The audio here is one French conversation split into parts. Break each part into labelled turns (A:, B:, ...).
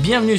A: Bienvenue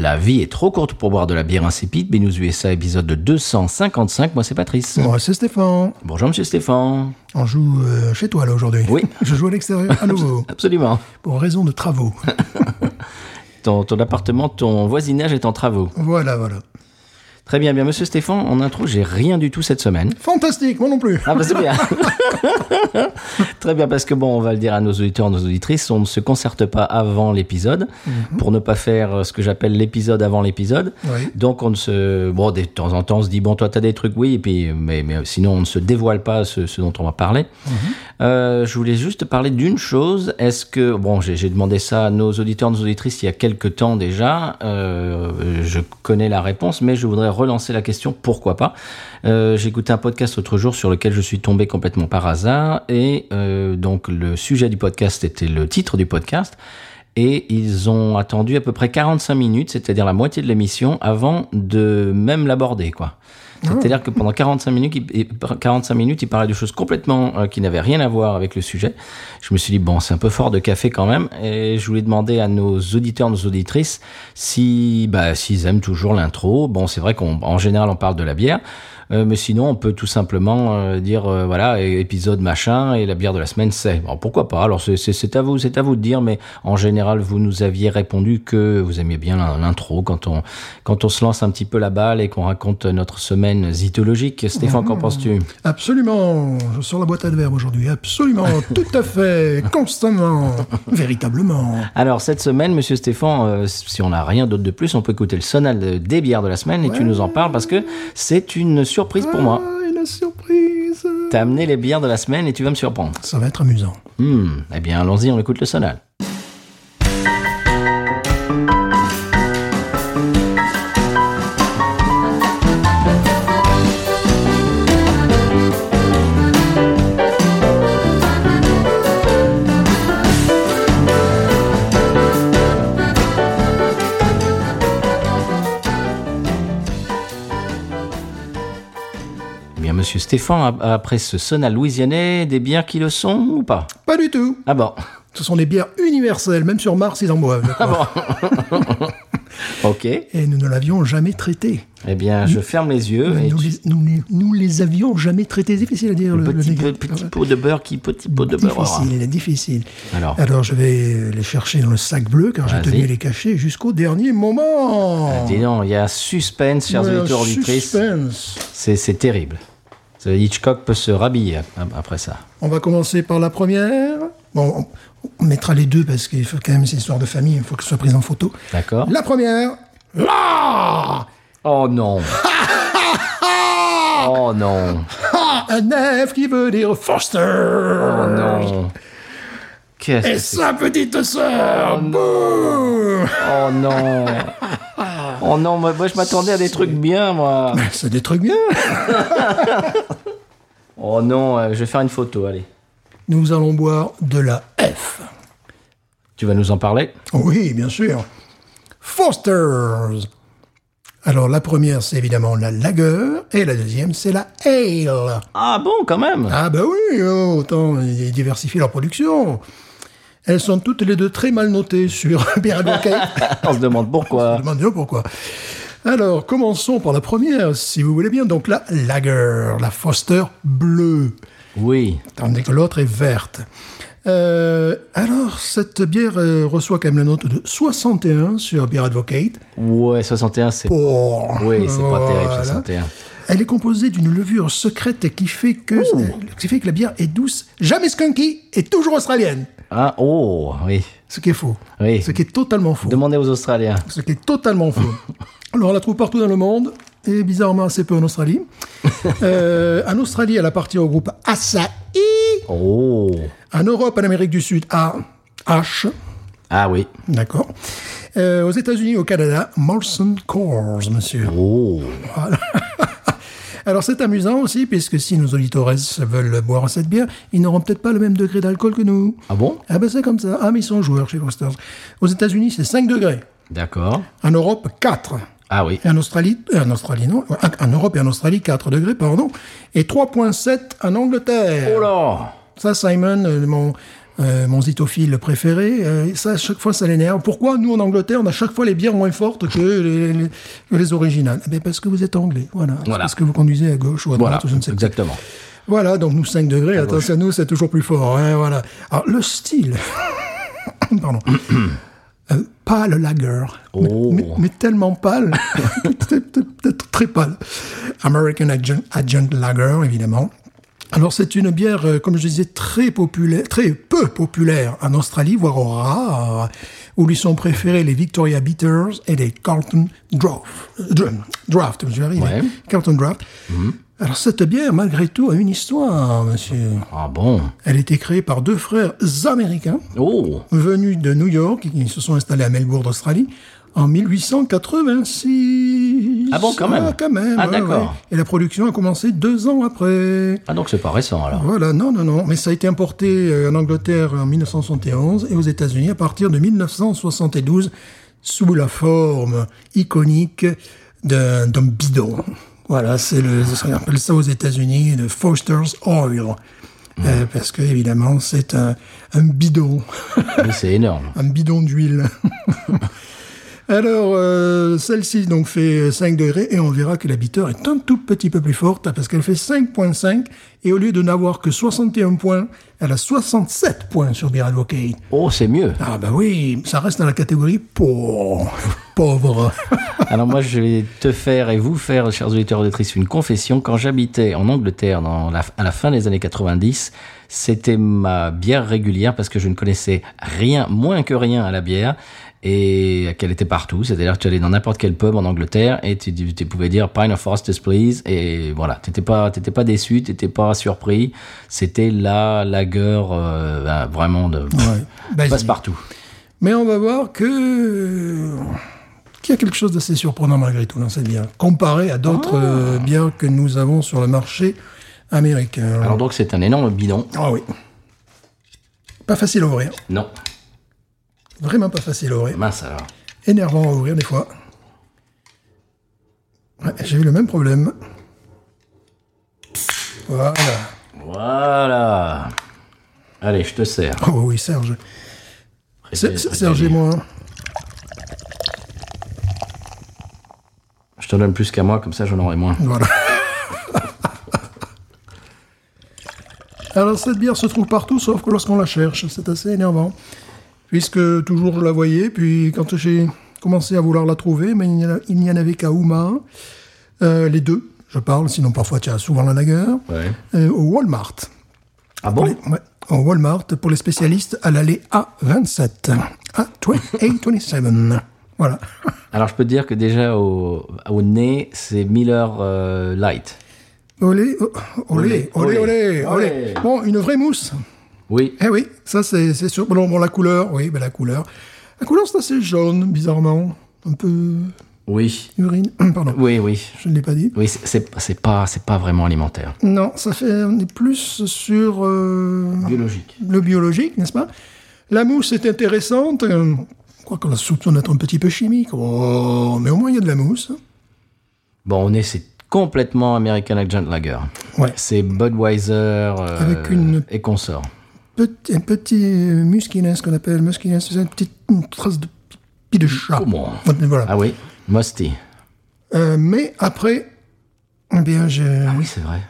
A: La vie est trop courte pour boire de la bière insipide. Binous USA, épisode 255. Moi, c'est Patrice.
B: Moi, c'est Stéphane.
A: Bonjour, monsieur Stéphane.
B: On joue euh, chez toi, là, aujourd'hui.
A: Oui.
B: Je joue à l'extérieur, à nouveau,
A: Absolument.
B: pour raison de travaux.
A: Ton, ton appartement, ton voisinage est en travaux.
B: voilà, voilà.
A: Très bien, bien, monsieur Stéphane, en intro, j'ai rien du tout cette semaine.
B: Fantastique, moi non plus.
A: Ah bah c'est bien. Très bien parce que bon, on va le dire à nos auditeurs, nos auditrices, on ne se concerte pas avant l'épisode pour ne pas faire euh, ce que j'appelle l'épisode avant l'épisode.
B: Oui.
A: Donc on ne se bon de temps en temps on se dit bon toi t'as des trucs oui et puis mais mais sinon on ne se dévoile pas ce, ce dont on va parler. Euh, je voulais juste te parler d'une chose. Est-ce que bon j'ai j'ai demandé ça à nos auditeurs, nos auditrices il y a quelques temps déjà. Euh, je connais la réponse mais je voudrais relancer la question pourquoi pas. Euh, j'ai écouté un podcast l'autre jour sur lequel je suis tombé complètement par hasard et euh, donc le sujet du podcast était le titre du podcast. Et ils ont attendu à peu près 45 minutes, c'est-à-dire la moitié de l'émission, avant de même l'aborder, quoi. C'est-à-dire que pendant 45 minutes, il, il- 45 minutes, il parlait de choses complètement euh, qui n'avaient rien à voir avec le sujet. Je me suis dit, bon, c'est un peu fort de café quand même. Et je voulais demander à nos auditeurs, nos auditrices, si, bah, s'ils aiment toujours l'intro. Bon, c'est vrai qu'en en général, on parle de la bière. Euh, mais sinon, on peut tout simplement euh, dire, euh, voilà, é- épisode machin, et la bière de la semaine, c'est. Bon, pourquoi pas Alors, c'est- c'est c'est à vous, c'est à vous de dire, mais en général, vous nous aviez répondu que vous aimiez bien l'in- l'intro quand on, quand on se lance un petit peu la balle et qu'on raconte notre semaine zytologique. Stéphane, qu'en penses-tu
B: Absolument. Je sors la boîte à verbe aujourd'hui. Absolument. tout à fait. Constamment. Véritablement.
A: Alors, cette semaine, monsieur Stéphane, euh, si on n'a rien d'autre de plus, on peut écouter le sonal de- des bières de la semaine et tu nous en parles parce que c'est une surprise pour moi.
B: Ah, et la surprise.
A: T'as amené les bières de la semaine et tu vas me surprendre.
B: Ça va être amusant.
A: Hmm, eh bien, allons-y, on écoute le sonal. Eh Bien, monsieur Stéphane, ap- après ce sonal louisianais, des bières qui le sont ou pas
B: Pas du tout.
A: Ah bon
B: Ce sont des bières universelles. Même sur Mars, ils en boivent.
A: Ah
B: je crois.
A: Ok. Eh
B: Et nous ne l'avions jamais traité.
A: bien, je ferme les yeux et
B: Nous,
A: tu-
B: les, nous les- nous les avions jamais traités. C'est difficile à dire. Le, Ah le
A: petit,
B: négatif.
A: peu, petit pot de beurre qui petit pot de beurre. aura.
B: Difficile, il est difficile.
A: Alors,
B: je vais les chercher dans le sac bleu car j'ai
A: Vas-y.
B: tenu les cacher jusqu'au dernier moment.
A: Oh. dis donc, il y a suspense, chers
B: Le
A: auditeurs auditrices.
B: suspense.
A: C'est c'est terrible. Ce Hitchcock peut se rhabiller ap- après ça.
B: On va commencer par la première. Bon, on, on mettra les deux parce qu'il faut quand même, c'est une histoire de famille, il faut que ce soit prise en photo.
A: D'accord
B: La première. Là
A: Oh non Oh non
B: Ah, Un F qui veut dire
A: Oh
B: Foster
A: non Qu'est-ce
B: Et
A: que c'est
B: sa petite sœur Boum
A: Oh non Oh non, moi, moi, je m'attendais à des trucs bien, moi
B: C'est des trucs bien
A: Oh non, euh, je vais faire une photo, allez.
B: Nous allons boire de la F.
A: Tu vas nous en parler
B: Oui, bien sûr. Fosters. Alors la première, c'est évidemment la lager, et la deuxième, c'est la ale.
A: Ah bon, quand même
B: Ah ben oui, oh, autant ils diversifient leur production. Elles sont toutes les deux très mal notées sur Beer&Whisky.
A: On se demande
B: Je me
A: pourquoi.
B: demande bien pourquoi. Alors, commençons par la première, si vous voulez bien. Donc la lager, la Foster bleue.
A: Oui.
B: tandis que l'autre est verte. Euh, alors, cette bière euh, reçoit quand même la note de 61 sur Beer Advocate.
A: Ouais, 61, c'est...
B: Oh,
A: Oui, c'est pas terrible,
B: voilà.
A: 61.
B: Elle est composée d'une levure secrète qui fait, que, qui fait que la bière est douce, jamais skunky et toujours australienne.
A: Ah, oh, oui.
B: Ce qui est faux.
A: Oui.
B: Ce qui est totalement faux.
A: Demandez aux Australiens.
B: Ce qui est totalement faux. Alors, on la trouve partout dans le monde et bizarrement assez peu en Australie. Euh, en Australie, elle appartient au groupe Asahi.
A: Oh.
B: En Europe, en Amérique du Sud, à H.
A: Ah oui.
B: D'accord. Euh, aux États-Unis, au Canada, Molson Coors, monsieur.
A: Oh.
B: Voilà. Alors c'est amusant aussi, puisque si nos auditeurs veulent boire cette bière, ils n'auront peut-être pas le même degré d'alcool que nous.
A: Ah bon
B: Ah ben c'est comme ça. Ah mais ils sont joueurs chez Foster's. Aux États-Unis, c'est 5 degrés.
A: D'accord.
B: En Europe, 4.
A: Ah oui.
B: Et en Australie, euh, en Australie non, en Europe et en Australie, 4 degrés, pardon. Et 3.7 en Angleterre.
A: Oh là
B: Ça, Simon, euh, mon, euh, mon zitophile préféré, euh, ça, à chaque fois, ça l'énerve. Pourquoi, nous, en Angleterre, on a chaque fois les bières moins fortes que les, les- que les originales Eh bien, Parce que vous êtes anglais, voilà. C'est
A: Voilà.
B: Parce que vous conduisez à gauche ou à droite,
A: Voilà,
B: ou je ne sais quoi.
A: exactement.
B: Voilà, donc nous, 5 degrés, attention à nous, c'est toujours plus fort. hein, voilà. Alors, le style... Pardon. Euh, pâle lager.
A: Oh.
B: Mais, mais- mais tellement pâle, peut-être très pâle. American Adjun- Adjunct Lager, évidemment. Alors c'est une bière, euh, comme je disais, très populaire, très peu populaire en Australie, voire rare, où lui sont préférés les Victoria Bitters et les Carlton Draft. Dra- Draft, je vais y arriver.
A: Ouais.
B: Carlton Draft. Alors cette bière, malgré tout, a une histoire, monsieur.
A: Ah bon
B: Elle a été créée par deux frères américains
A: Oh
B: venus de New York et qui se sont installés à Melbourne, Australie, en 1886.
A: Ah bon, quand même.
B: Ah, quand même.
A: Ah,
B: ouais,
A: d'accord.
B: ouais. Et la production a commencé deux ans après.
A: Ah donc c'est pas récent alors.
B: Voilà, non, non, non. Mais ça a été importé euh, en Angleterre en 1971 et aux États-Unis à partir de 1972 sous la forme iconique d'un d'un bidon. Voilà, c'est le, on appelle ça aux États-Unis le Foster's Oil. Euh,
A: Hmm.
B: parce que, évidemment, c'est un, un bidon
A: Mais c'est énorme.
B: un bidon d'huile. Alors, euh, celle-ci donc fait euh, 5 degrés et on verra que la bitter est un tout petit peu plus forte parce qu'elle fait 5.5 et au lieu de n'avoir que 61 points, elle a 67 points sur Beer Advocate.
A: Oh, c'est mieux.
B: Ah bah oui, ça reste dans la catégorie pauvre. pauvre.
A: Alors moi, je vais te faire et vous faire, chers auditeurs et auditrices, une confession. Quand j'habitais en Angleterre dans la- à la fin des années 90, c'était ma bière régulière parce que je ne connaissais rien, moins que rien à la bière et qu'elle était partout. C'est-à-dire que tu allais dans n'importe quel pub en Angleterre et tu, tu pouvais dire Pine of Forsters, please. Et voilà, t'étais pas, t'étais pas déçu, t'étais pas surpris. C'était la lagueur euh, ben, vraiment de
B: basique.
A: passe-partout.
B: Mais on va voir que euh, qu'il y a quelque chose d'assez surprenant malgré tout dans cette bière, comparé à d'autres euh, bières que nous avons sur le marché américain.
A: Alors donc, c'est un énorme bidon.
B: Ah oui. Pas facile à ouvrir.
A: Non,
B: Vraiment pas facile à ouvrir.
A: mince alors.
B: Énervant à ouvrir des fois. Ouais, j'ai eu le même problème. Voilà.
A: Voilà. Allez, je te sers.
B: Oh oui, Serge. C'est- c'est- Serge et moi. hein.
A: Je te donne plus qu'à moi, comme ça j'en aurai moins.
B: Voilà. Alors cette bière se trouve partout, sauf que lorsqu'on la cherche, c'est assez énervant. Puisque toujours je la voyais, puis quand j'ai commencé à vouloir la trouver, mais il n'y en- il n'y en avait qu'à Ouma, euh, les deux, je parle, sinon parfois tu as souvent la lagueur,
A: Ouais.
B: euh, au Walmart.
A: Ah bon
B: Ouais, au Walmart, pour les spécialistes, à l'allée A27. A27. voilà.
A: Alors je peux te dire que déjà au, au nez, c'est Miller euh, Light.
B: Olé, oh, olé, olé,
A: Olé,
B: olé,
A: olé.
B: olé. Bon, une vraie mousse.
A: Oui.
B: Eh oui, ça c'est c'est sûr. Bon, bon, la couleur, oui, ben la couleur. La couleur c'est assez jaune, bizarrement. Un peu
A: Oui.
B: urine. Pardon,
A: Oui, oui.
B: je ne l'ai pas dit.
A: Oui, c'est- c'est c'est pas, c'est pas vraiment alimentaire.
B: Non, ça fait, on est plus sur euh,
A: Biologique.
B: le biologique, n'est-ce pas La mousse est intéressante. euh, Quoique on la soupçonne d'être un petit peu chimique. Oh, mais au moins il y a de la mousse.
A: Bon, au nez, c'est complètement American Agent Lager.
B: Ouais.
A: C'est Budweiser euh,
B: Avec une-
A: et consort.
B: Petit, un petit euh, muskiness qu'on appelle muskiness, c'est une petite une trace de pipi de chat.
A: Comment
B: Voilà.
A: Ah oui, Musty.
B: Euh, mais après, eh bien, je...
A: Ah oui, c'est vrai.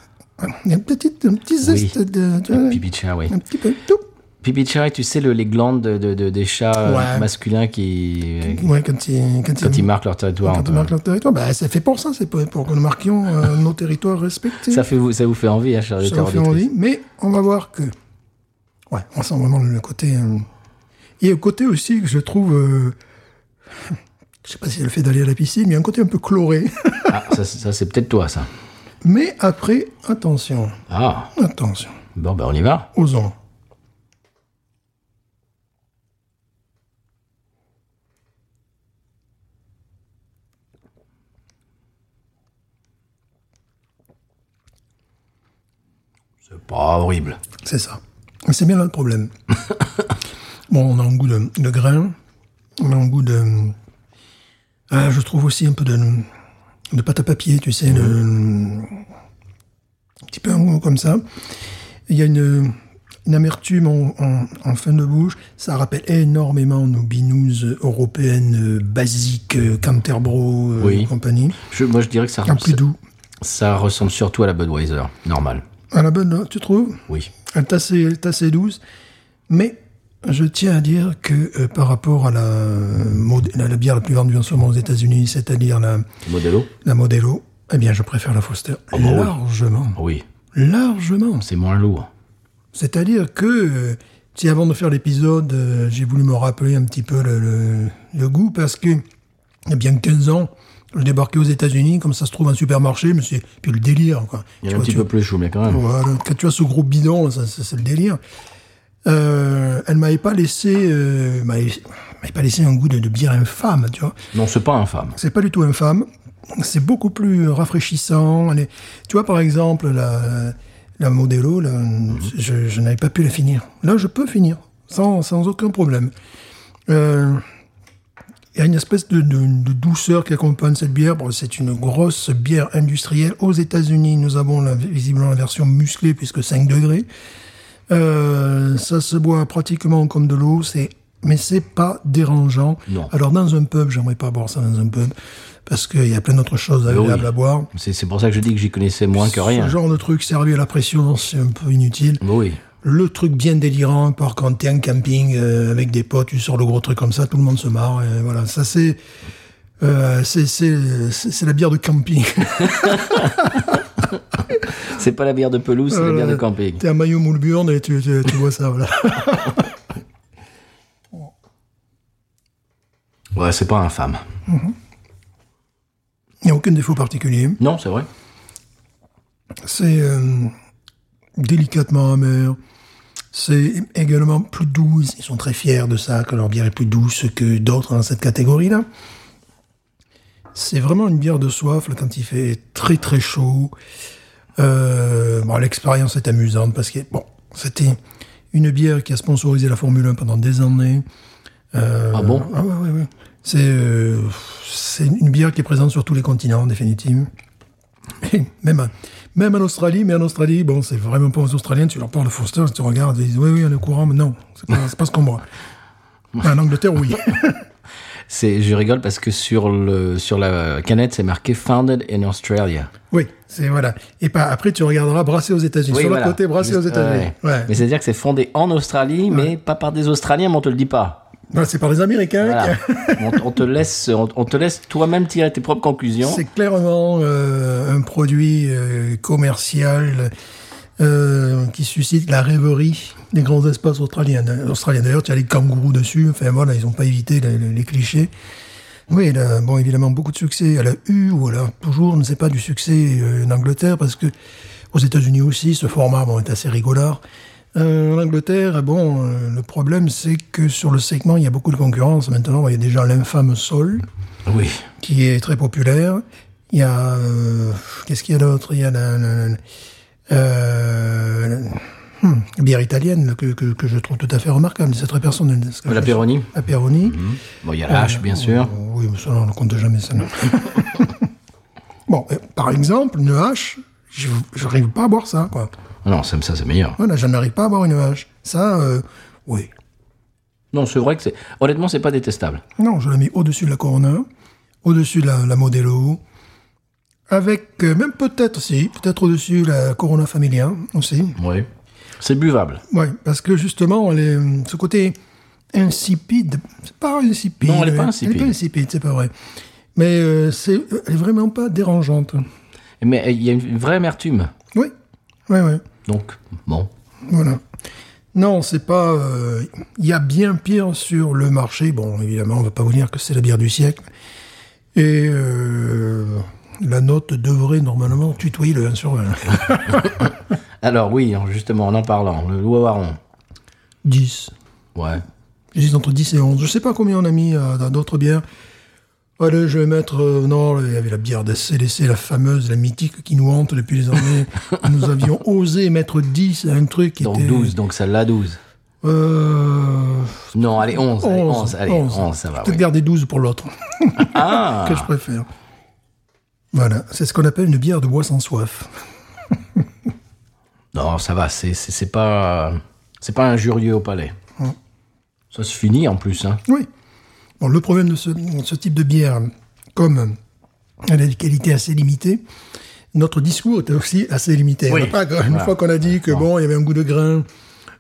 B: Il y a un petit, un petit zeste de. tu vois,
A: Pipi de chat, oui.
B: un petit peu. Tout.
A: Pipi de chat, tu sais, le- les glandes de, de- de- des chats euh,
B: Ouais.
A: masculins qui, euh,
B: Ouais, quand ils, quand
A: quand euh, ils marquent leur territoire.
B: quand
A: un
B: ils
A: peu.
B: marquent leur territoire, bah, c'est fait pour ça, c'est pour, pour que nous marquions euh, nos territoires respectifs.
A: Ça, fait, vous- ça vous fait envie, hein, chers
B: Ça nous
A: auditeurs
B: fait
A: auditrices.
B: envie, mais on va voir que. Ouais, on sent vraiment le côté. euh, Et le côté aussi que je trouve. euh, Je sais pas si elle fait d'aller à la piscine, mais il y a un côté un peu chloré.
A: Ah, ça, ça, c'est peut-être toi, ça.
B: mais après, attention,
A: Ah,
B: attention,
A: bon, ben on y va.
B: osons.
A: C'est pas horrible.
B: C'est ça. Mais c'est bien là le problème. bon, on a un goût de, de grain. On a un goût de. Ah, je trouve aussi un peu de, de pâte à papier, tu sais, de- un petit peu un goût comme ça. Il y a une, une amertume en, en- en fin de bouche. Ça rappelle énormément nos binous européennes euh, basiques, euh, Canterbro euh,
A: Oui.
B: et compagnie.
A: Je- moi, je dirais que ça,
B: Un plus doux.
A: ça ressemble surtout à la Budweiser, normal.
B: À la bonne, hein, tu trouves
A: Oui.
B: Elle est assez, elle est assez douce. Mais je tiens à dire que euh, par rapport à la, euh, mod- la, la bière la plus vendue en ce moment aux États-Unis, c'est-à-dire la,
A: Modelo
B: la Modelo, eh bien, je préfère la Foster
A: bah oui.
B: largement.
A: Oui.
B: Largement.
A: C'est moins lourd.
B: C'est-à-dire que, euh, si avant de faire l'épisode, euh, j'ai voulu me rappeler un petit peu le, le- le goût, parce que, il y a bien 15 ans, je débarquais aux États-Unis, comme ça se trouve, un supermarché, mais c'est puis le délire, quoi.
A: Il y
B: Tu
A: en a un
B: vois,
A: petit
B: tu-
A: peu plus, je vous mets quand même.
B: voilà, quand tu as ce gros bidon, ça, ça, c'est le délire. Euh, elle m'avait pas laissé, euh, m'avait m'avait pas laissé un goût de, de bière infâme, tu vois.
A: Non, c'est pas infâme.
B: C'est pas du tout infâme. C'est beaucoup plus rafraîchissant. Elle est- tu vois, par exemple, la, la Modelo, la- je, je n'avais pas pu la finir. Là, je peux finir, sans, sans aucun problème. Euh, Il y a une espèce de, de- de douceur qui accompagne cette bière. Bon, c'est une grosse bière industrielle. Aux États-Unis, nous avons la- visiblement la version musclée, puisque 5 degrés. Euh, ça se boit pratiquement comme de l'eau, c'est mais c'est pas dérangeant.
A: Non.
B: Alors dans un pub, j'aimerais pas boire ça dans un pub parce qu'il y a plein d'autres choses agréables
A: Ah oui.
B: à boire.
A: C'est c'est pour ça que je dis que j'y connaissais moins que rien.
B: Ce genre de truc servi à la pression, c'est un peu inutile.
A: Oui.
B: Le truc bien délirant, par quand t'es en camping euh, avec des potes, tu sors le gros truc comme ça, tout le monde se marre. et voilà, ça c'est euh, c'est c'est- c'est c'est la bière de camping.
A: C'est pas la bière de pelouse, c'est la bière de
B: Voilà.
A: camping.
B: T'es un maillot moule burne et tu, tu, tu vois ça, voilà.
A: Ouais, c'est pas infâme.
B: Il n'y a aucun défaut particulier.
A: Non, c'est vrai.
B: C'est euh, délicatement amer. C'est également plus douce. Ils sont très fiers de ça, que leur bière est plus douce que d'autres dans cette catégorie-là. C'est vraiment une bière de soif là, quand il fait très très chaud. Euh, bon, L'expérience est amusante parce que bon, c'était une bière qui a sponsorisé la Formule 1 pendant des années. Euh,
A: Ah bon
B: Ah ouais, ouais, ouais. C'est euh, c'est une bière qui est présente sur tous les continents, en définitive. Et même, à- même en Australie, mais en Australie, bon, c'est vraiment pas aux Australiens, tu leur parles de Foster, tu regardes, ils disent oui, oui, on est au courant, mais non, c'est pas, c'est pas ce qu'on boit. En Angleterre, oui.
A: C'est, je rigole parce que sur le sur la canette, c'est marqué Founded in Australia.
B: oui, c'est voilà. Et pas, après, tu regarderas brassé aux États-Unis.
A: Oui,
B: Sur
A: voilà.
B: le côté, brassé
A: Juste-
B: aux États-Unis.
A: ouais.
B: Ouais.
A: Mais c'est-à-dire que c'est fondé en Australie, mais pas par des Australiens, mais on te le dit pas.
B: Voilà, c'est par les Américains.
A: Voilà.
B: qui-
A: on, on te laisse, on, on te laisse toi-même tirer tes propres conclusions.
B: C'est clairement euh, un produit euh, commercial euh, qui suscite la rêverie des grands espaces australiens. Australiens d'ailleurs, tu as les kangourous dessus. Enfin voilà, ils n'ont pas évité les, les- les clichés. Oui, elle a, bon, évidemment, beaucoup de succès. Elle a eu, ou elle a toujours, je ne sais pas, du succès euh, en Angleterre, parce que aux États-Unis aussi, ce format bon, est assez rigolard. Euh, en Angleterre, bon, euh, le problème, c'est que sur le segment, il y a beaucoup de concurrence. Maintenant, il y a déjà l'infâme Sol,
A: Oui.
B: qui est très populaire. Il y a euh, qu'est-ce qu'il y a d'autre Il y a la, la- la- euh, la- hmm, bière italienne là, que, que, que je trouve tout à fait remarquable. C'est très personnel. ce que
A: La
B: je-
A: Peroni. Mhm.
B: La Peroni. Oh
A: Bon, il y a la hache, bien sûr.
B: Oui, mais ça, on ne compte jamais ça. non. bon, euh, par exemple, une hache, je n'arrive pas à boire ça. Quoi.
A: Ah Non, ça, ça, c'est meilleur.
B: Voilà, je n'arrive pas à boire une hache. Ça, euh, oui.
A: Non, c'est vrai que c'est. Honnêtement, c'est pas détestable.
B: Non, je la mets au-dessus de la Corona, au-dessus de la, la Modelo, avec euh, même peut-être si, peut-être au-dessus de la Corona Familia aussi.
A: Oui. C'est buvable.
B: Ouais, parce que justement, elle est, euh, ce côté insipide, c'est pas insipide.
A: Non, elle est pas
B: Elle est
A: insipide.
B: pas insipide, c'est pas vrai. Mais euh, c'est, elle est vraiment pas dérangeante.
A: Mais euh, il y a une vraie amertume.
B: Oui, oui, oui.
A: Donc, bon.
B: Voilà. Non, c'est pas. euh, Il y a bien pire sur le marché. Bon, évidemment, on va pas vous dire que c'est la bière du siècle. Et euh, la note devrait normalement tutoyer le 1 sur 20.
A: Alors, oui, en- justement, en en parlant, le loup à Baron.
B: 10.
A: Ouais.
B: J'hésite entre 10 et 11. Je sais pas combien on a mis euh, dans d'autres bières. Allez, je vais mettre. euh, non, il y avait la bière de CDC, la fameuse, la mythique qui nous hante depuis les années. où nous avions osé mettre 10 à un truc qui
A: Donc
B: était.
A: 12, donc celle-là 12.
B: Euh,
A: Non, allez, 11. Allez,
B: 11,
A: 11, allez,
B: 11.
A: 11, ça va.
B: Peut-être
A: oui.
B: garder 12 pour l'autre,
A: Ah
B: que je préfère. Voilà, c'est ce qu'on appelle une bière de bois sans soif.
A: Non, ça va, c'est c'est- c'est pas, c'est pas injurieux au palais.
B: Hum.
A: Ça se finit en plus. Hein.
B: Oui. Bon, le problème de ce, de ce type de bière, comme elle a des qualités assez limitées, notre discours était aussi assez limité.
A: Oui.
B: On n'a pas- une
A: Voilà.
B: fois qu'on a dit que bon, il y avait un goût de grain,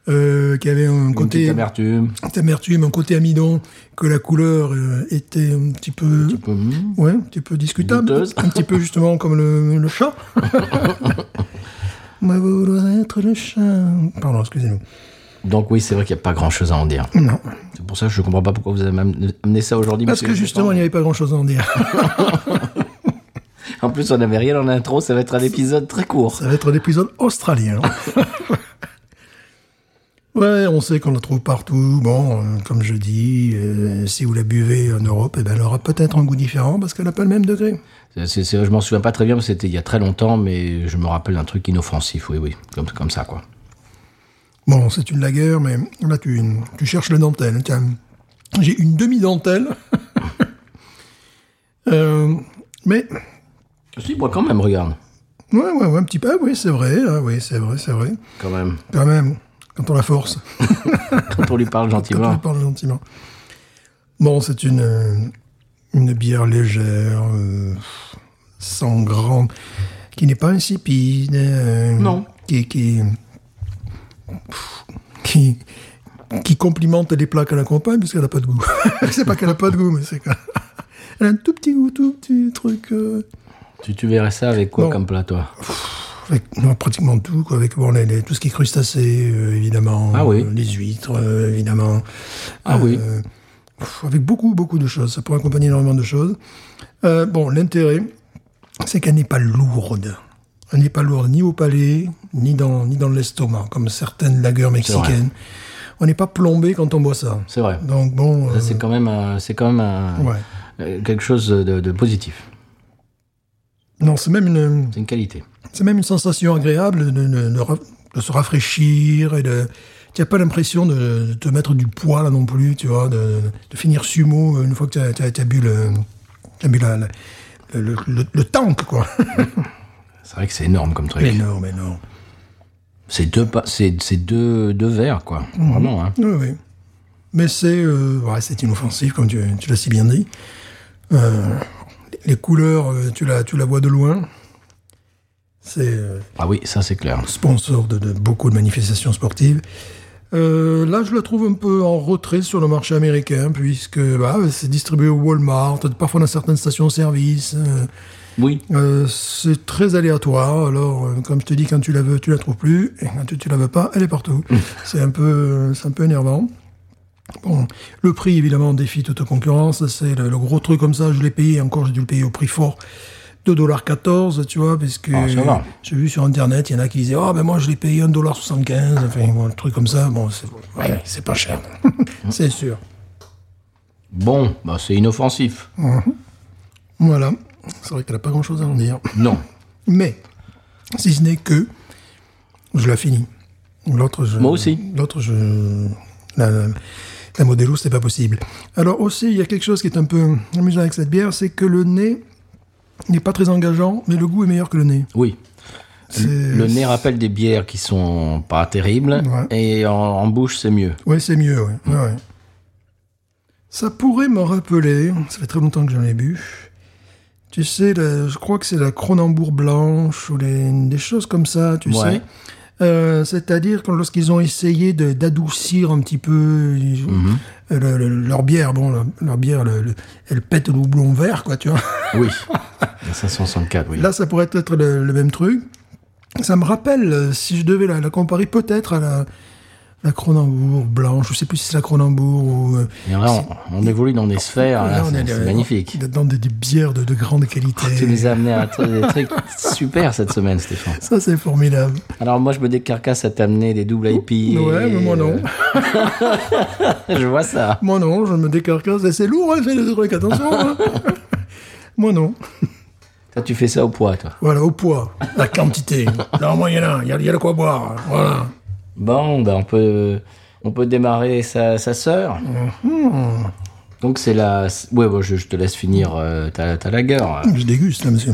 B: euh, qu'il y avait un
A: Une
B: côté
A: petite amertume.
B: cette amertume, un côté amidon, que la couleur euh, était un petit peu,
A: peu, hmm.
B: ouais, un petit peu discutable,
A: Douteuse.
B: un petit peu justement comme le, le chat. Moi, vouloir être le chat. Pardon, excusez-nous.
A: Donc oui, c'est vrai qu'il n'y a pas grand-chose à en dire.
B: Non,
A: C'est pour ça que je ne comprends pas pourquoi vous avez am- amené ça aujourd'hui.
B: parce
A: monsieur
B: que justement, il n'y avait pas grand-chose à en dire.
A: En plus, on n'avait rien en intro, ça va être un épisode très court.
B: Ça va être l'épisode australien. ouais, on sait qu'on la trouve partout. Bon, euh, comme je dis, euh, si vous la buvez en Europe, eh ben, elle aura peut-être un goût différent parce qu'elle n'a pas le même degré.
A: C'est- c'est- c'est- je m'en souviens pas très bien, mais c'était il y a très longtemps, mais je me rappelle d'un truc inoffensif, oui, oui, comme, comme ça, quoi.
B: Bon, c'est une lagueur, mais là, tu, tu cherches la dentelle. Tiens, j'ai une demi-dentelle. Euh, mais,
A: Si, moi, quand même, regarde.
B: ouais, ouais, ouais, un petit peu. Ah oui, c'est vrai. ah oui, c'est vrai, c'est vrai.
A: Quand même.
B: Quand même, quand on la force.
A: Quand on lui parle
B: Quand on lui
A: gentiment.
B: parle gentiment. Bon, c'est une, euh, une bière légère, euh, sans grande, qui n'est pas insipide. euh,
A: Non.
B: Qui, qui, pff, qui, qui complimente les plats qu'elle accompagne, puisqu'elle n'a pas de goût. c'est pas qu'elle n'a pas de goût, mais c'est qu'elle elle a un tout petit goût, tout petit truc. euh,
A: Tu, tu verrais ça avec quoi
B: Non.
A: comme plat, toi
B: Avec non, pratiquement tout, quoi, avec bon, les- les- tout ce qui est crustacé, euh, évidemment.
A: Ah oui.
B: euh, les huîtres, euh, évidemment. Euh,
A: Ah oui.
B: pff, Avec beaucoup, beaucoup de choses. Ça pourrait accompagner énormément de choses. Euh, bon, l'intérêt, c'est qu'elle n'est pas lourde. Elle n'est pas lourde ni au palais, ni dans, ni dans l'estomac, comme certaines lagueurs
A: vrai.
B: mexicaines. On n'est pas plombé quand on boit ça.
A: C'est vrai.
B: Donc bon,
A: Ça,
B: euh,
A: C'est quand même, un- c'est quand même un-
B: ouais.
A: euh, quelque chose de, de positif.
B: Non, c'est même une,
A: C'est une qualité.
B: C'est même une sensation agréable de, de- de ra- de se rafraîchir et de. Tu n'as pas l'impression de, de te mettre du poids là non plus, tu vois, de, de finir sumo euh, une fois que tu as, bu le. t'as bu la- la- le, le- le- le tank, quoi.
A: C'est vrai que c'est énorme comme truc.
B: Mais non, mais non.
A: C'est deux, pa- c'est, c'est deux, deux verres, quoi.
B: Mhm.
A: Vraiment, hein.
B: Oui, oui. Mais c'est euh, ouais, c'est inoffensif, comme tu, tu l'as si bien dit. Euh, les- les couleurs, euh, tu la, tu la vois de loin. C'est. euh,
A: Ah oui, ça, c'est clair.
B: sponsor de, de beaucoup de manifestations sportives. Euh, là, je la trouve un peu en retrait sur le marché américain, puisque bah, c'est distribué au Walmart, parfois dans certaines stations-service. euh,
A: Oui.
B: euh, c'est très aléatoire. Alors, euh, comme je te dis, quand tu la veux, tu la trouves plus, et quand tu, tu la veux pas, elle est partout.
A: Mmh.
B: c'est un peu, euh, c'est un peu énervant. Bon, le prix évidemment défie toute concurrence. C'est le, le gros truc comme ça. Je l'ai payé encore, j'ai dû le payer au prix fort. 2,14$, tu vois, parce que
A: Ah, ça va.
B: j'ai vu sur Internet, il y en a qui disaient « Ah, ben moi, je l'ai payé 1,75$. » Enfin, bon, un truc comme ça, bon, c'est ouais, c'est pas cher. c'est sûr.
A: Bon, bah, c'est inoffensif.
B: Voilà. C'est vrai qu'elle a pas grand-chose à en dire.
A: Non.
B: Mais, si ce n'est que, je la finis. L'autre, je.
A: Moi aussi.
B: L'autre, je. La, la, la Modelo, c'était pas possible. Alors, aussi, il y a quelque chose qui est un peu amusant avec cette bière, c'est que le nez n'est pas très engageant, mais le goût est meilleur que le nez.
A: Oui.
B: C'est-
A: Le nez rappelle des bières qui sont pas terribles.
B: Euh, Ouais.
A: Et en, en bouche, c'est mieux.
B: Ouais, c'est mieux, ouais. Ouais, ouais. Ça pourrait me rappeler, ça fait très longtemps que j'en ai bu, tu sais, la- je crois que c'est la Cronenbourg blanche ou les- des choses comme ça, tu
A: Ouais.
B: sais. Euh, C'est-à-dire que lorsqu'ils ont essayé de- d'adoucir un petit peu ils- euh, le- le- leur bière, bon, leur, leur bière, le- le- elle pète le houblon vert, quoi, tu vois.
A: Oui. La 564, oui.
B: Là, ça pourrait être le, le même truc. Ça me rappelle, euh, si je devais la, la comparer peut-être à la, la Cronenbourg blanche, je sais plus si c'est la Cronenbourg ou... euh,
A: Et là, on, on évolue dans des sphères.
B: Oh, là,
A: là,
B: on
A: Ah, c'est,
B: est
A: c'est
B: dans-
A: magnifique. Ah,
B: Dans des, des bières de, de grande qualité.
A: Tu nous as amené à tr- des trucs super cette semaine, Stéphane.
B: Ça, c'est formidable.
A: Alors moi, je me décarcasse à t'amener des doubles IP.
B: Ouais,
A: et-
B: mais moi non.
A: je vois ça.
B: Moi non, je me décarcasse. Et c'est lourd, hein, c'est des trucs, attention. hein. Moi non.
A: Toi, tu fais ça au poids, toi.
B: Voilà, au poids, la quantité. Là, au moins, il y en a, il y a, il y a de quoi boire. Voilà.
A: Bon, ben, on peut, on peut démarrer sa, sa sœur. Mm-hmm. Donc, c'est la. Ouais, bon, je, je te laisse finir euh, ta, ta lagueur.
B: Je déguste, là, monsieur.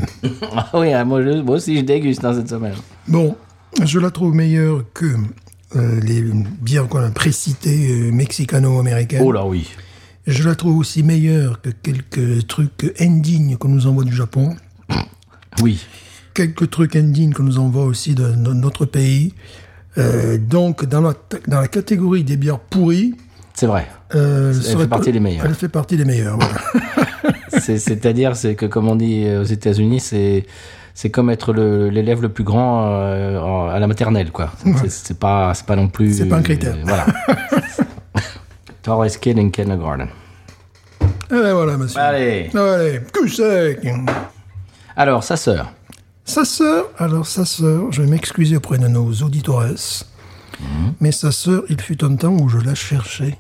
A: ah oui, ah, moi, je- moi aussi, je déguste hein, cette semaine.
B: Bon, je la trouve meilleure que euh, les bières qu'on a précitées euh, mexicano-américaines.
A: Oh là, oui.
B: Je la trouve aussi meilleure que quelques trucs indignes qu'on nous envoie du Japon.
A: Oui.
B: quelques trucs indignes qu'on nous envoie aussi de, de notre pays. Euh, donc, dans la, dans la catégorie des bières pourries,
A: C'est vrai.
B: euh,
A: fait
B: serait-
A: partie des meilleures.
B: Elle fait partie des meilleures. voilà.
A: C'est- C'est-à-dire, c'est que comme on dit euh, aux États-Unis, c'est c'est comme être le- l'élève le, plus grand euh, en- à la maternelle, quoi. C'est- c'est- C'est pas c'est pas non plus. euh,
B: C'est pas un critère.
A: voilà. Torres Kid in kindergarten.
B: Allez, Eh, voilà, monsieur.
A: Allez.
B: Allez, cul sec.
A: Alors, sa sœur.
B: Sa sœur, alors sa sœur, je vais m'excuser auprès de nos auditores,
A: Mhm.
B: mais sa sœur, il fut un temps où je la cherchais.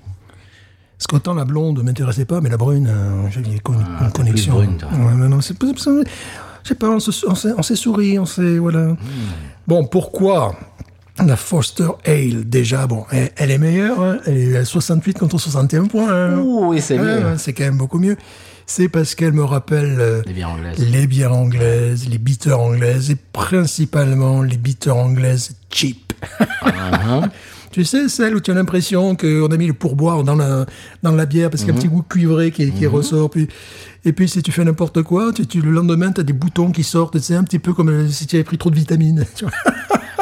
B: Parce qu'autant la blonde ne m'intéressait pas, mais la brune, euh, j'avais une, con- une connexion.
A: Ah, brune, toi.
B: Ouais, mais non, c'est pas- c'est- je sais pas, on se- on s'est on s'est souri, on s'est. Voilà.
A: Hmm.
B: Bon, pourquoi la Foster Ale, déjà, bon, elle, elle est meilleure, hein, elle est à 68 contre 61 points. hein.
A: Ouh, oui, c'est
B: Ouais,
A: mieux.
B: ouais, c'est quand même beaucoup mieux. C'est parce qu'elle me rappelle euh,
A: Les bières anglaises.
B: les bières anglaises, les bitters anglaises et principalement les bitters anglaises cheap.
A: Uh-huh.
B: Tu sais, celle où tu as l'impression qu'on a mis le pourboire dans la, dans la bière parce qu'il y
A: Mm-hmm.
B: a un petit goût cuivré qui, qui ressort. Puis, et puis, si tu fais n'importe quoi, tu, tu- le lendemain, tu as des boutons qui sortent. C'est un petit peu comme euh, si tu avais pris trop de vitamines. tu vois.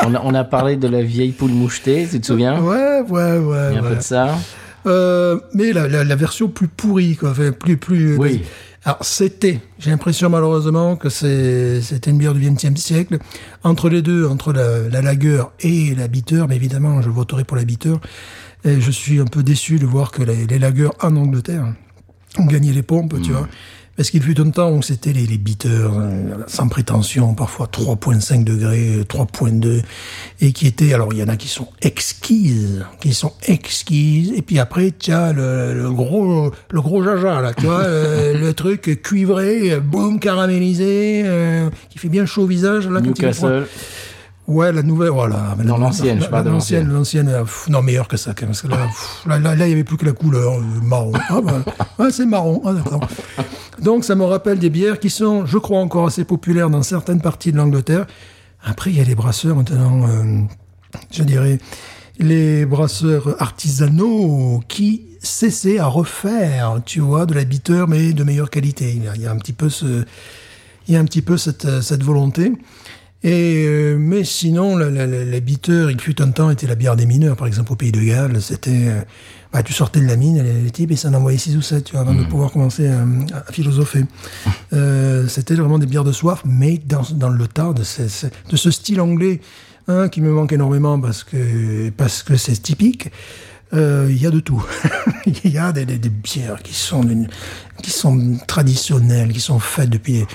A: On a, on a parlé de la vieille poule mouchetée, tu te souviens
B: Ouais, ouais, ouais.
A: Hein Il y a un peu
B: ouais.
A: de ça.
B: Euh, mais la, la- la version plus pourrie, quoi. Enfin, plus, plus. euh,
A: Oui.
B: Alors, c'était. J'ai l'impression, malheureusement, que c'est- c'était une bière du XXe siècle. Entre les deux, entre la, la lager et la bitter, mais évidemment, je voterai pour la bitter. Et je suis un peu déçu de voir que les, les lagers en Angleterre ont gagné les pompes, tu vois. Parce qu'il fut un temps où c'était les, les bitters, euh, sans prétention, parfois 3.5 degrés, euh, 3.2, et qui étaient, alors il y en a qui sont exquises, qui sont exquises, et puis après, tu as le, le gros, le gros jaja, là, tu vois, euh, le truc cuivré, euh, boum, caramélisé, euh, qui fait bien chaud au visage, là, quand il est froid.
A: Newcastle.
B: Ouais, la nouvelle, voilà. Mais
A: Non,
B: la-
A: l'ancienne,
B: la-
A: je parle de
B: L'ancienne, l'ancienne, euh, pff, non, meilleure que ça, quand même. Parce que là, pff, là, là, là, il n'y avait plus que la couleur, euh, marron. Ah, bah, ah, c'est marron, ah, d'accord. Donc, ça me rappelle des bières qui sont, je crois, encore assez populaires dans certaines parties de l'Angleterre. Après, il y a les brasseurs maintenant, euh, je dirais, les brasseurs artisanaux qui cessaient à refaire, tu vois, de la bitter, mais de meilleure qualité. Il y a- il y a un petit peu ce il y a un petit peu cette, euh, cette volonté. Et euh, mais sinon, la, la, la, la bitter, il fut un temps, était la bière des mineurs, par exemple au Pays de Galles. C'était, euh, bah, tu sortais de la mine, les, les types, et ça en envoyait 6 ou 7, tu vois, avant de pouvoir commencer euh, à, philosopher. Euh, C'était vraiment des bières de soif, mais dans, dans le temps de, ces- ces- de ce style anglais hein, qui me manque énormément parce que parce que c'est typique. Euh, Il y a de tout. Il y a des, des- des bières qui sont, d'une- qui sont traditionnelles, qui sont faites depuis,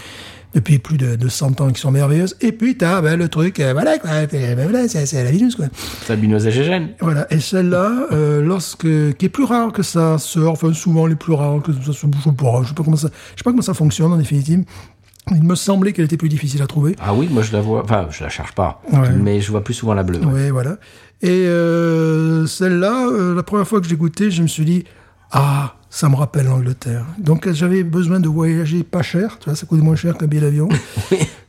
B: depuis plus de, de 100 ans, qui sont merveilleuses. Et puis, t'as ben, le truc, euh, voilà, quoi, et puis, ben, voilà, c'est c'est la Vinus, quoi.
A: Sabinoz et Gégène.
B: Voilà, et celle-là, euh, lorsque, qui est plus rare que ça, sort, enfin souvent les plus rares que ça, se- je sais pas, je sais pas comment ça, je sais pas comment ça fonctionne en définitive. Il me semblait qu'elle était plus difficile à trouver.
A: Ah oui, moi je la vois. Enfin, je la cherche pas.
B: Ouais.
A: Mais je vois plus souvent la bleue. ouais.
B: Ouais, voilà. Et euh, celle-là, euh, la première fois que j'ai goûté, je me suis dit ah, ça me rappelle l'Angleterre. Donc euh, j'avais besoin de voyager pas cher, tu vois, ça coûte moins cher qu'un billet d'avion.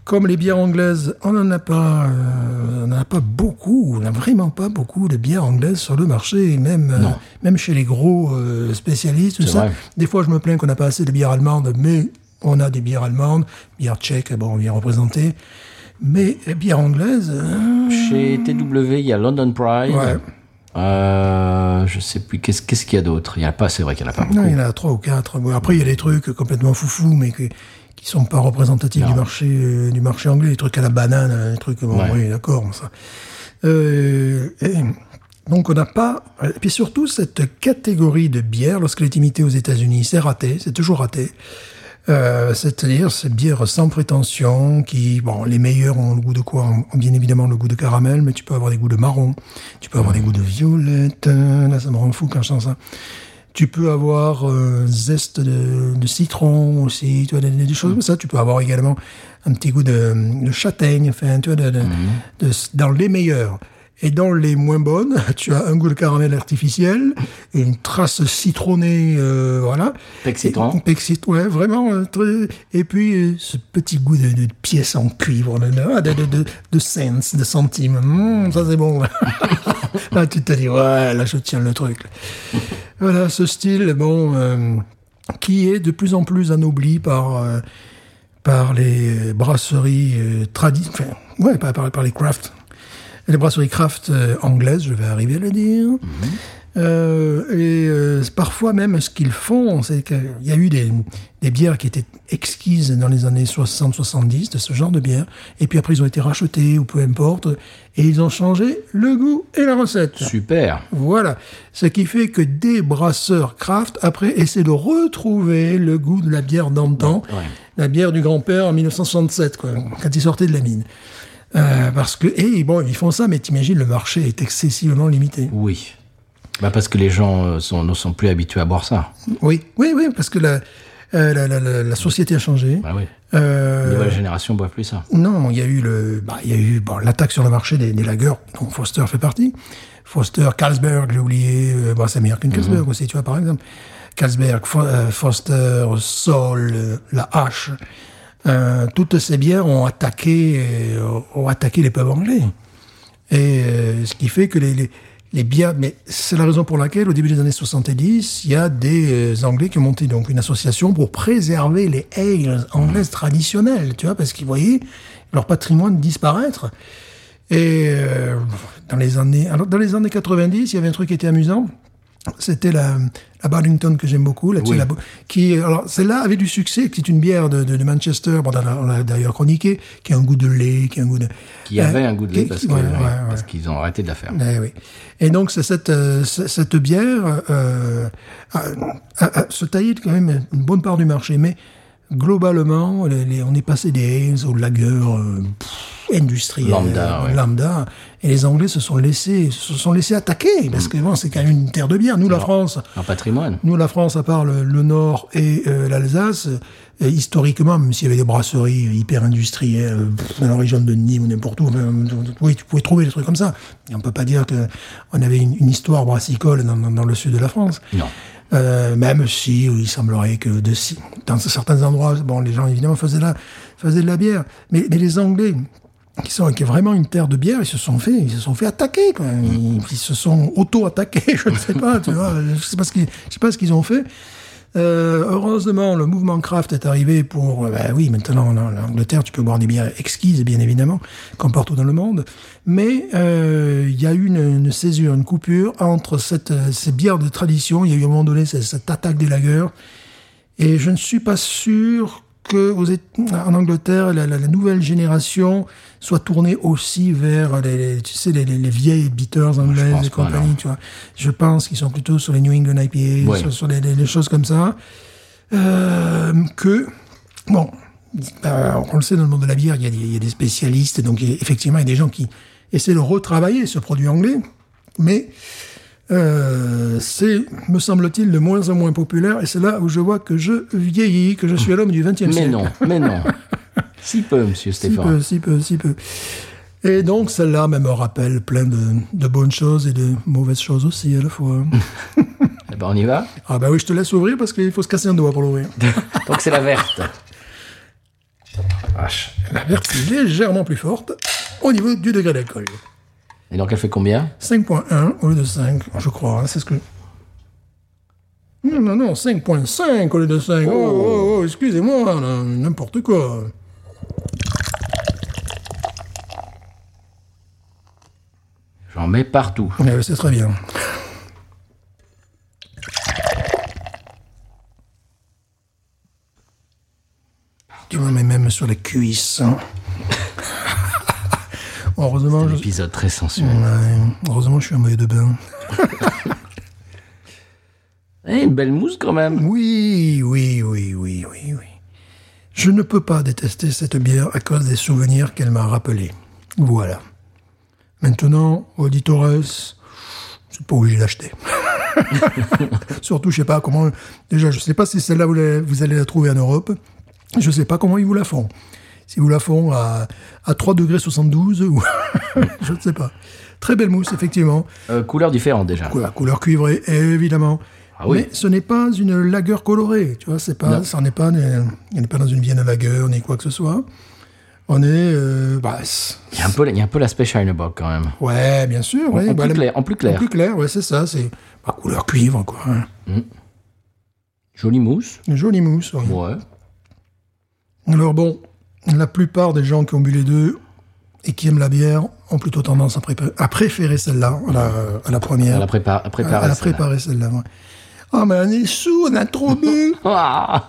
B: Comme les bières anglaises, on n'en a pas, euh, on n'en a pas beaucoup, on n'a vraiment pas beaucoup de bières anglaises sur le marché, et même euh, même chez les gros euh, spécialistes, tout
A: C'est
B: ça.
A: vrai.
B: Des fois, je me plains qu'on n'a pas assez de bières allemandes, mais on a des bières allemandes, bières tchèques, bon, ben, on vient représenter. Mais euh, bières anglaises, euh,
A: Chez TW, il y a London Pride.
B: Ouais.
A: Euh, je sais plus qu'est-ce qu'est-ce qu'il y a d'autre. Il y en a pas. C'est vrai qu'il y en a pas beaucoup.
B: Non, il y en a trois ou quatre. Bon, après, il y a des trucs complètement foufous, mais que- qui sont pas représentatifs du marché euh, du marché anglais. Les trucs à la banane, euh, les trucs. Bon,
A: Ouais.
B: oui, d'accord, mais ça. Euh, et donc, on n'a pas. Et puis surtout, cette catégorie de bière, lorsqu'elle est imitée aux États-Unis, c'est raté. C'est toujours raté. Euh, c'est-à-dire ces bières sans prétention qui, bon, les meilleures ont le goût de quoi ont, bien évidemment le goût de caramel, mais tu hein. peux avoir des goûts de marron, tu peux avoir des goûts de violette, euh, là ça me rend fou quand je sens ça. Tu peux avoir un zeste de, de citron aussi, tu vois, des, des choses comme ça. Tu peux avoir également un petit goût de, de châtaigne, enfin, tu vois, de- de- de- dans les meilleurs. Et dans les moins bonnes, tu as un goût de caramel artificiel, et une trace citronnée, euh, voilà.
A: Pec citron.
B: Et- pec cit- ouais, vraiment. euh, très- et puis, euh, ce petit goût de, de pièce en cuivre, de, de, de, de, de cents, de centimes. Mmh, ça, c'est bon. là. là, tu te dis, ouais, là, je tiens le truc. Voilà, ce style, bon, euh, qui est de plus en plus anobli par, euh, par les brasseries euh, tradi- enfin, ouais, par, par, par les crafts. Les brasseries craft euh, anglaises, je vais arriver à le dire. Euh, et euh, parfois même, ce qu'ils font, c'est qu'il y a eu des, des bières qui étaient exquises dans les années 60-70, de ce genre de bière. Et puis après, ils ont été rachetées, ou peu importe. Et ils ont changé le goût et la recette.
A: Super.
B: Voilà. Ce qui fait que des brasseurs craft, après, essaient de retrouver le goût de la bière d'antan. La bière du grand-père en 1967, quoi, quand il sortait de la mine. Euh, parce que, et bon, ils font ça, mais t'imagines, le marché est excessivement limité.
A: Oui. Bah parce que les gens euh, sont, ne sont plus habitués à boire ça.
B: Oui, oui, oui, parce que la, euh, la, la- la- la société a changé.
A: Bah oui. La
B: Euh,
A: nouvelle génération boit plus ça.
B: non, il y a eu le, bah, il y a eu bon, l'attaque sur le marché des, des lagers dont Foster fait partie. Foster, Carlsberg, j'ai oublié, euh, bah, c'est meilleur qu'une Carlsberg aussi, tu vois par exemple. Carlsberg, Fo- euh, Foster, Sol, euh, la Hache, euh, toutes ces bières ont attaqué, euh, ont attaqué les pubs anglais. Et euh, ce qui fait que les, les, les bières, mais c'est la raison pour laquelle au début des années 70, il y a des euh, Anglais qui ont monté donc une association pour préserver les ales anglaises traditionnelles, tu vois, parce qu'ils voyaient leur patrimoine disparaître. Et euh, dans les années, alors dans les années 90, il y avait un truc qui était amusant. C'était la, la Barlington que j'aime beaucoup, là, tu sais,
A: Oui.
B: la, qui, alors celle-là avait du succès, qui est une bière de, de, de Manchester, bon, on l'a- on l'a d'ailleurs chroniqué, qui a un goût de lait, qui a un goût de,
A: Qui avait un goût de lait
B: qui-
A: parce
B: qui-
A: que-
B: Euh. ouais, ouais,
A: parce
B: ouais.
A: qu'ils ont arrêté de la faire.
B: Eh oui. Et donc c'est cette euh, ce- cette bière euh, a- a- a- se taillait quand même une bonne part du marché, mais globalement les- les- on est passé des ales aux lagers euh, pff, industriels,
A: Lambda, ouais.
B: lambda, et les Anglais se sont laissés se sont laissés attaquer
A: Mm.
B: parce que bon c'est quand même une terre de bière. Nous la France,
A: Un patrimoine.
B: nous, la France, à part le, le Nord et euh, l'Alsace, euh, historiquement, même s'il y avait des brasseries euh, hyper industrielles euh, pff, dans la région de Nîmes ou n'importe où, euh, oui, tu pouvais trouver des trucs comme ça. Et on peut pas dire que on avait une, une histoire brassicole dans, dans- dans le sud de la France.
A: Non.
B: Euh, même si il semblerait que de, si- dans certains endroits, bon, les gens évidemment faisaient, la, faisaient de la bière, mais, mais les Anglais qui sont qui est vraiment une terre de bière, ils se sont fait, ils se sont fait attaquer, quoi. Ils, ils se sont auto-attaqués, je ne sais pas, tu vois, je sais pas ce qu'ils, je sais pas ce qu'ils ont fait. Euh, heureusement, le mouvement craft est arrivé pour. euh, bah oui, maintenant, en Angleterre, tu peux boire des bières exquises, bien évidemment, comme partout dans le monde. Mais euh, il y a eu une, une césure, une coupure entre cette, euh, ces bières de tradition. Il y a eu à un moment donné cette, cette attaque des lagers. Et je ne suis pas sûr que aux Éta- en Angleterre, la, la- la nouvelle génération soit tournée aussi vers les, les- tu sais, les, les- les vieilles beaters anglaises
A: pense
B: et
A: pas,
B: compagnie.
A: non.
B: tu vois. Je pense qu'ils sont plutôt sur les New England IPA,
A: Ouais.
B: sur, sur les, les- les choses comme ça. Euh, que, bon, euh, on le sait dans le monde de la bière, il y a, des- il y a des spécialistes, donc il y a- effectivement, il y a des gens qui essaient de retravailler ce produit anglais, mais euh, c'est, me semble-t-il, de moins en moins populaire, et c'est là où je vois que je vieillis, que je suis l'homme du XXe
A: Mais
B: siècle.
A: non, mais non. si peu, monsieur
B: Si
A: Stéphane.
B: peu, si peu, si peu. Et donc, celle-là, même me rappelle plein de, de bonnes choses et de mauvaises choses aussi, à la fois. hein.
A: Eh ben, on y va.
B: ah bah oui, je te laisse ouvrir parce qu'il faut se casser un doigt pour l'ouvrir.
A: Donc c'est la verte. Vache.
B: La verte est légèrement plus forte au niveau du degré d'alcool.
A: Et donc elle fait combien
B: 5.1 au lieu de 5, je crois, hein, c'est ce que... Non, non, non, 5.5 au lieu de 5. Oh, oh, oh, excusez-moi, là, n'importe quoi.
A: J'en mets partout.
B: Mais euh, c'est très bien. Tu m'en mets même sur les cuisses. hein. heureusement, je...
A: Épisode très sensuel.
B: Ouais, heureusement, je suis un maillot de bain.
A: Eh, une belle mousse quand même.
B: Oui, oui, oui, oui, oui, oui. Je ne peux pas détester cette bière à cause des souvenirs qu'elle m'a rappelés. Voilà. Maintenant, auditores, c'est pas obligé d'acheter. Surtout, je sais pas comment. Déjà, je sais pas si celle-là vous, la- vous allez la trouver en Europe. Je sais pas comment ils vous la font. Si vous la font à, à 3 degrés 72 ou je ne sais pas. Très belle mousse, effectivement.
A: Euh, couleur différente déjà.
B: Cou- couleur cuivrée, évidemment.
A: Ah oui.
B: Mais ce n'est pas une lagueur colorée, tu vois, c'est pas,
A: Non.
B: ça n'est pas, une- on n'est pas dans une Vienna lagueur ni quoi que ce soit. On est, euh, bah, c'est-
A: Il y a un peu, il y a un peu l'aspect Shinerbock quand même.
B: ouais, bien sûr, ouais,
A: en,
B: bah,
A: plus
B: la-
A: clair, en plus clair.
B: en plus clair, ouais, c'est ça, c'est bah, couleur cuivre, quoi. hein.
A: Jolie mousse.
B: Une jolie mousse. oui.
A: Ouais.
B: Alors bon, la plupart des gens qui ont bu les deux et qui aiment la bière ont plutôt tendance à, prépa- à préférer celle-là à la, à la première.
A: Elle a préparé. Elle
B: À- à la préparer celle-là. ouais. Ah, mais on est sous, on a trop bu. non.
A: Ah.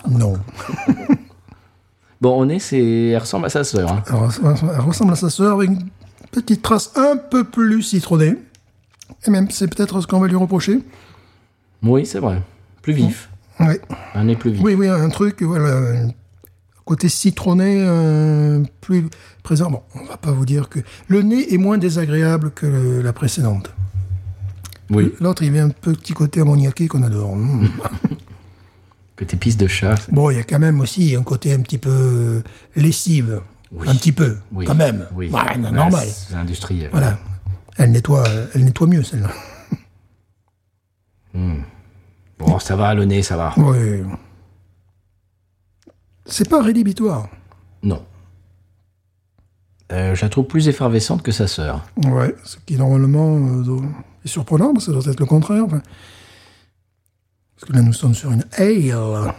A: Bon, on est, c'est, elle ressemble à sa sœur. hein.
B: Alors, elle ressemble à sa sœur avec une petite trace un peu plus citronnée. Et même, c'est peut-être ce qu'on va lui reprocher.
A: Oui, c'est vrai. Plus vif.
B: Ouais.
A: Un nez plus vif.
B: Oui, oui, un truc, voilà, un côté citronné euh, plus présent. Bon, on va pas vous dire que le nez est moins désagréable que le- la précédente.
A: Oui.
B: L'autre, il y avait un petit côté ammoniaqué qu'on adore.
A: Hmm.
B: Mm.
A: Que tes pistes de chat. c'est-
B: Bon, il y a quand même aussi un côté un petit peu lessive.
A: Oui.
B: Un petit peu,
A: Oui.
B: quand même.
A: Oui.
B: Ouais,
A: Ouais,
B: normal.
A: C'est industriel.
B: Voilà. Elle nettoie, elle nettoie mieux, celle-là.
A: Bon, ça va, le nez, ça va.
B: Ouais. C'est pas rédhibitoire.
A: Non. Euh, je la trouve plus effervescente que sa sœur.
B: Ouais, ce qui normalement euh, doit- est surprenant, parce que ça doit être le contraire. enfin. Parce que là, nous sommes sur une ale,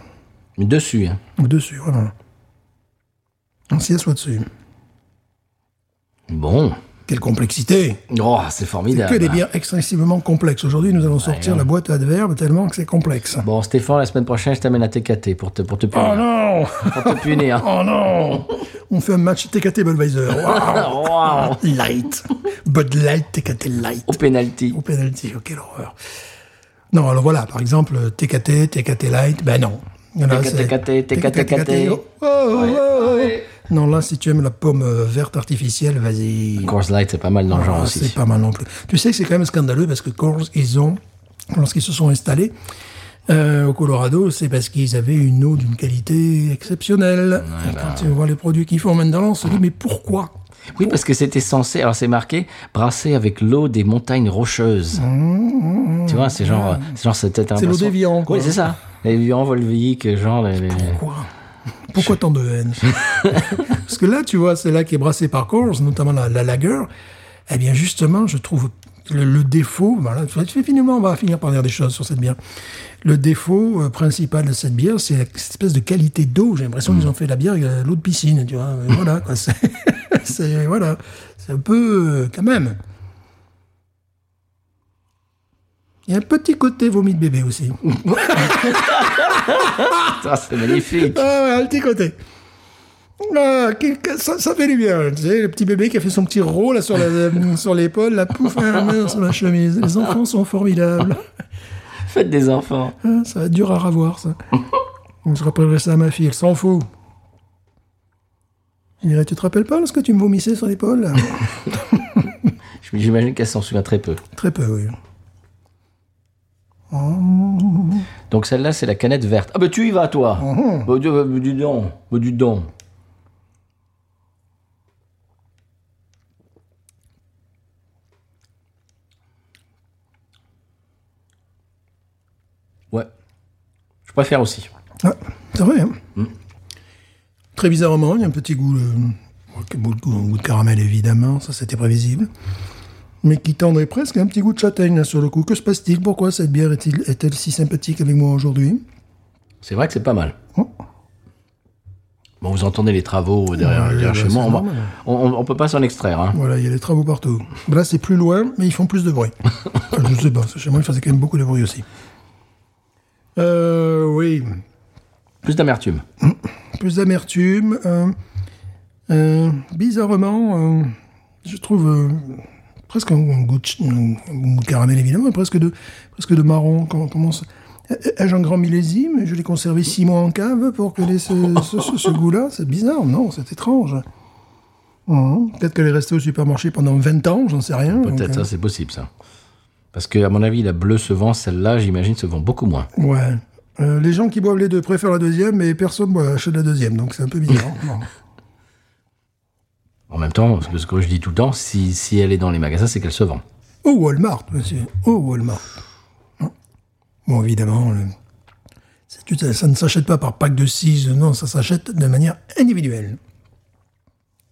A: Mais dessus, hein.
B: au-dessus, voilà. On s'y assoit dessus.
A: Bon.
B: Quelle complexité
A: Oh, c'est formidable.
B: Que des bières excessivement complexes. Aujourd'hui, nous allons sortir la boîte à adverbes tellement que c'est complexe.
A: Bon, Stéphane, la semaine prochaine, je t'amène à TKT pour te, pour te punir.
B: Oh non
A: Pour te punir.
B: Oh non On fait un match TKT Budweiser. Waouh
A: Wow.
B: Light Bud Light, TKT Light.
A: Au penalty.
B: Au penalty, oh, quelle horreur. Non, alors voilà, par exemple, TKT, TKT Light, ben non. Là,
A: TKT,
B: c'est-
A: TKT, TKT,
B: Oh, oh, oh, oh. Non, là, si tu aimes la pomme euh, verte artificielle, vas-y.
A: Coors Light, c'est pas mal dans le genre
B: Ah,
A: aussi.
B: C'est pas mal non plus. Tu sais que c'est quand même scandaleux parce que Coors, ils ont, lorsqu'ils se sont installés euh, au Colorado, c'est parce qu'ils avaient une eau d'une qualité exceptionnelle. Et quand tu vois les produits qu'ils font maintenant, on se dit, mais pourquoi
A: Oui, parce que c'était censé, alors c'est marqué, brasser avec l'eau des montagnes
B: Mmh,
A: rocheuses. tu vois, c'est genre, c'est genre, c'est peut-être un
B: C'est l'eau des Vians, quoi.
A: Oui, c'est ça. Les viands volviques, genre, les, les-
B: Pourquoi Pourquoi tant de haine Parce que là, tu vois, c'est là qui est brassé par Coors, notamment la, la lager. Eh bien, justement, je trouve le, le défaut, voilà, tu vois, tu- finalement, on va finir par dire des choses sur cette bière. Le défaut euh, principal de cette bière, c'est la- cette espèce de qualité d'eau. J'ai l'impression qu'ils ont fait la bière avec euh, l'eau de piscine, tu vois. Et voilà, quoi. C'est, c'est- voilà, c'est un peu, euh, quand même. Il y a un petit côté vomi de bébé aussi.
A: Ah, c'est magnifique.
B: Ah ouais, un petit côté. Ah, qui- que- ça, ça fait du bien. Tu sais, le petit bébé qui a fait son petit rôle là, sur la- euh, sur l'épaule, la pouf, la main sur la chemise. Les enfants sont formidables.
A: Faites des enfants.
B: Ah, Ça va être dur à revoir, ça. Donc, Je rappellerai ça à ma fille, elle s'en fout. Il dirait, tu te rappelles pas lorsque tu me vomissais sur l'épaule là
A: J'imagine qu'elle s'en souvient très peu.
B: Très peu, oui.
A: Donc celle-là, c'est la canette verte. Ah bah tu y vas, toi.
B: Mhm.
A: Bah, du, bah, du don. Bah, du don. Ouais. Je préfère aussi.
B: Ah, c'est vrai. hein. Très bizarrement, il y a un petit goût, euh, goût, goût- goût de caramel évidemment, ça c'était prévisible, mais qui tendrait presque à un petit goût de châtaigne là, sur le coup. Que se passe-t-il Pourquoi cette bière est-il- est-elle si sympathique avec moi aujourd'hui
A: C'est vrai que c'est pas mal.
B: Oh.
A: Bon, vous entendez les travaux derrière,
B: Ouais,
A: derrière
B: bah,
A: chez moi.
B: c'est
A: On, va-
B: normal.
A: on, on- on peut pas s'en extraire. Hein.
B: Voilà, il y a des travaux partout. Là c'est plus loin, mais ils font plus de bruit. Enfin, je sais pas, chez moi il faisait quand même beaucoup de bruit aussi. Euh, oui,
A: Plus d'amertume.
B: plus d'amertume. euh, euh, bizarrement, euh, je trouve euh, presque un, un goût de, ch- un- un goût de caramel, évidemment, mais presque de, presque de marron. Comment, comment ça- Ai-je un grand millésime Je l'ai conservé six mois en cave pour que les, ce, ce- ce- ce goût-là C'est bizarre, non C'est étrange. Hum, Peut-être qu'elle est restée au supermarché pendant 20 ans, j'en sais rien. donc,
A: Peut-être, ça
B: euh,
A: c'est possible ça. Parce que, à mon avis, la bleue se vend, celle-là, j'imagine, se vend beaucoup moins.
B: Ouais. Euh, les gens qui boivent les deux préfèrent la deuxième, mais personne boit- achète la deuxième, donc c'est un peu bizarre. Bon.
A: En même temps, ce que je dis tout le temps, si, si elle est dans les magasins, c'est qu'elle se vend.
B: Au Walmart, monsieur. Au Walmart. Hein Bon, évidemment, le- c'est tout ça, ça ne s'achète pas par pack de 6, non, ça s'achète de manière individuelle.